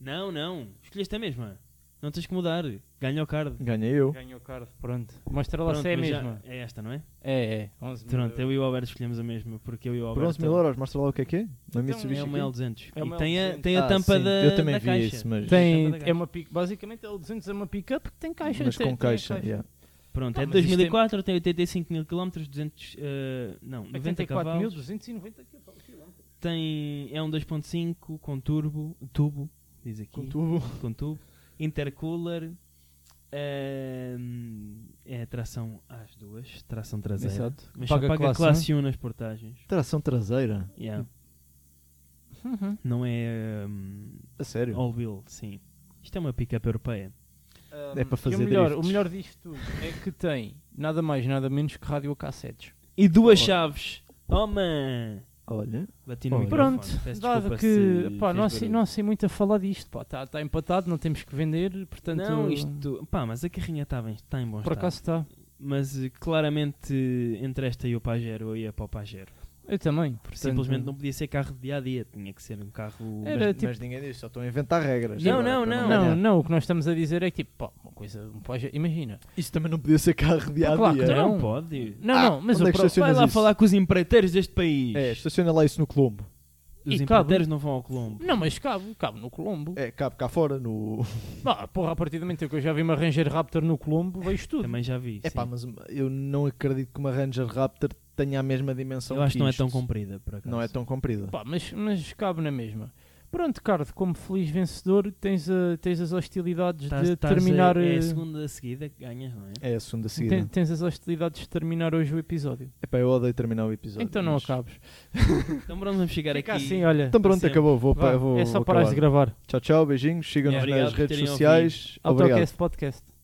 S2: Não, não. Escolheste a mesma. Não tens que mudar. Ganha o card.
S3: Ganhei eu.
S1: Ganhou o card. Pronto, mostra lá
S2: Pronto,
S1: se é a
S2: mas já-
S1: mesma.
S2: É esta, não é?
S1: É, é. 11 mil
S2: Pronto,
S1: euros.
S2: eu e o Alberto escolhemos a mesma, porque eu e o
S3: Por
S2: Alberto...
S3: 11 mil euros, mostra lá o que é que é. Uma Mitsubishi
S2: então. É uma
S3: aqui.
S2: L200.
S1: É uma
S2: e tem a,
S1: L200.
S2: tem a
S3: Ah,
S2: tampa
S3: sim,
S2: da
S3: eu também
S2: da
S3: vi
S2: caixa.
S3: isso,
S1: Tem,
S3: mas-
S2: Tampa da
S1: é
S2: caixa.
S1: uma pick, basicamente a L200 é uma pick-up que tem caixa.
S3: Mas
S1: tem-
S3: com
S1: tem a
S3: caixa. yeah.
S2: Pronto,
S1: Não,
S2: é de
S1: Tá, mas isto tem-
S2: 2004, tem 85 mil km, 200... eh, não, 90 cavalos.
S1: 84.290 km.
S2: Tem, é um 2.5 com turbo, tubo, diz aqui.
S3: Com tubo.
S2: com tubo, intercooler, ehm, é tração às duas, tração traseira.
S1: Exato.
S2: Mas
S1: Paga
S2: só paga
S1: classe
S2: classe,
S3: é?
S2: 1 nas portagens.
S3: Tração traseira.
S2: Yeah.
S1: Uhum.
S2: Não é ehm,
S3: A sério.
S2: all-wheel, sim. Isto é uma pick-up europeia.
S3: É para fazer
S1: e o melhor,
S3: drifts.
S1: o melhor disto tudo é que tem nada mais, nada menos que rádio a cassetes.
S2: E duas chaves. Oh, man!
S3: Olha.
S2: Bati no
S3: Oh.
S2: microfone.
S1: Pronto,
S2: Peço
S1: dado
S2: desculpa
S1: que
S2: se
S1: pá,
S2: fiz
S1: não, há assim,
S2: barulho.
S1: não há assim muito a falar disto, pá, está empatado, não temos que vender, portanto.
S2: Não, isto... Pá, mas a carrinha está bem, está em bom
S1: Por
S2: estado.
S1: acaso está.
S2: Mas eh, claramente entre esta e o Pajero eu ia para o Pajero.
S1: Eu também. Portanto,
S2: Simplesmente não podia ser carro de dia-a-dia. Tinha que ser um carro...
S1: Era
S3: mas,
S1: tipo-
S3: mas ninguém disse, só estão a inventar regras.
S2: Não,
S3: Agora,
S2: não,
S3: para
S2: não.
S1: Não,
S3: ganhar.
S1: não, o que nós estamos a dizer é que tipo, pá, uma coisa, um Pajero- imagina.
S3: Isto também não podia ser carro de
S1: Ah,
S3: a
S1: claro que
S2: Então
S3: dia.
S1: não.
S2: não pode.
S1: Não,
S3: Ah,
S1: não, mas
S3: onde
S1: o
S3: é que
S1: pro-
S3: estaciona?
S2: Vai lá
S3: isso.
S2: falar com os empreiteiros deste país.
S3: É, estaciona lá isso no Colombo.
S2: Os
S1: E
S2: empreiteiros não vão ao Colombo.
S1: Não, mas cabe, cabe no Colombo.
S3: É, cabe cá fora, no...
S1: Ah, porra, a partir do momento em que eu já vi uma Ranger Raptor no Colombo, vejo tudo.
S2: Também já vi.
S3: É pá,
S2: sim.
S3: mas eu não acredito que uma Ranger Raptor tenha a mesma dimensão
S2: Eu acho que não é tão
S3: isto.
S2: comprida, por acaso.
S3: Não é tão comprida.
S1: Pá, mas, mas cabe na mesma. Pronto, Cardo, como feliz vencedor, tens, a, tens as hostilidades
S2: Estás-
S1: de
S2: estás a-
S1: terminar.
S2: É
S1: eh,
S2: a segunda seguida que ganhas, não é?
S3: É a
S1: ten-
S3: segunda seguida.
S1: tens as hostilidades de terminar hoje o episódio.
S3: É pá, eu odeio terminar o episódio.
S1: então não
S3: mas-
S1: acabes.
S2: Então pronto, vamos chegar
S1: Fica
S2: aqui.
S1: assim, olha.
S3: Então pronto,
S2: Sempre.
S3: acabou. Vou,
S1: Vá,
S3: pá, vou,
S1: é só
S3: vou
S1: parares
S3: acabar.
S1: de gravar.
S3: Tchau, tchau, beijinhos. Sigam-nos
S2: Obrigado
S3: nas
S2: por
S3: redes
S2: terem
S3: sociais. Obrigado.
S1: Autocast Podcast.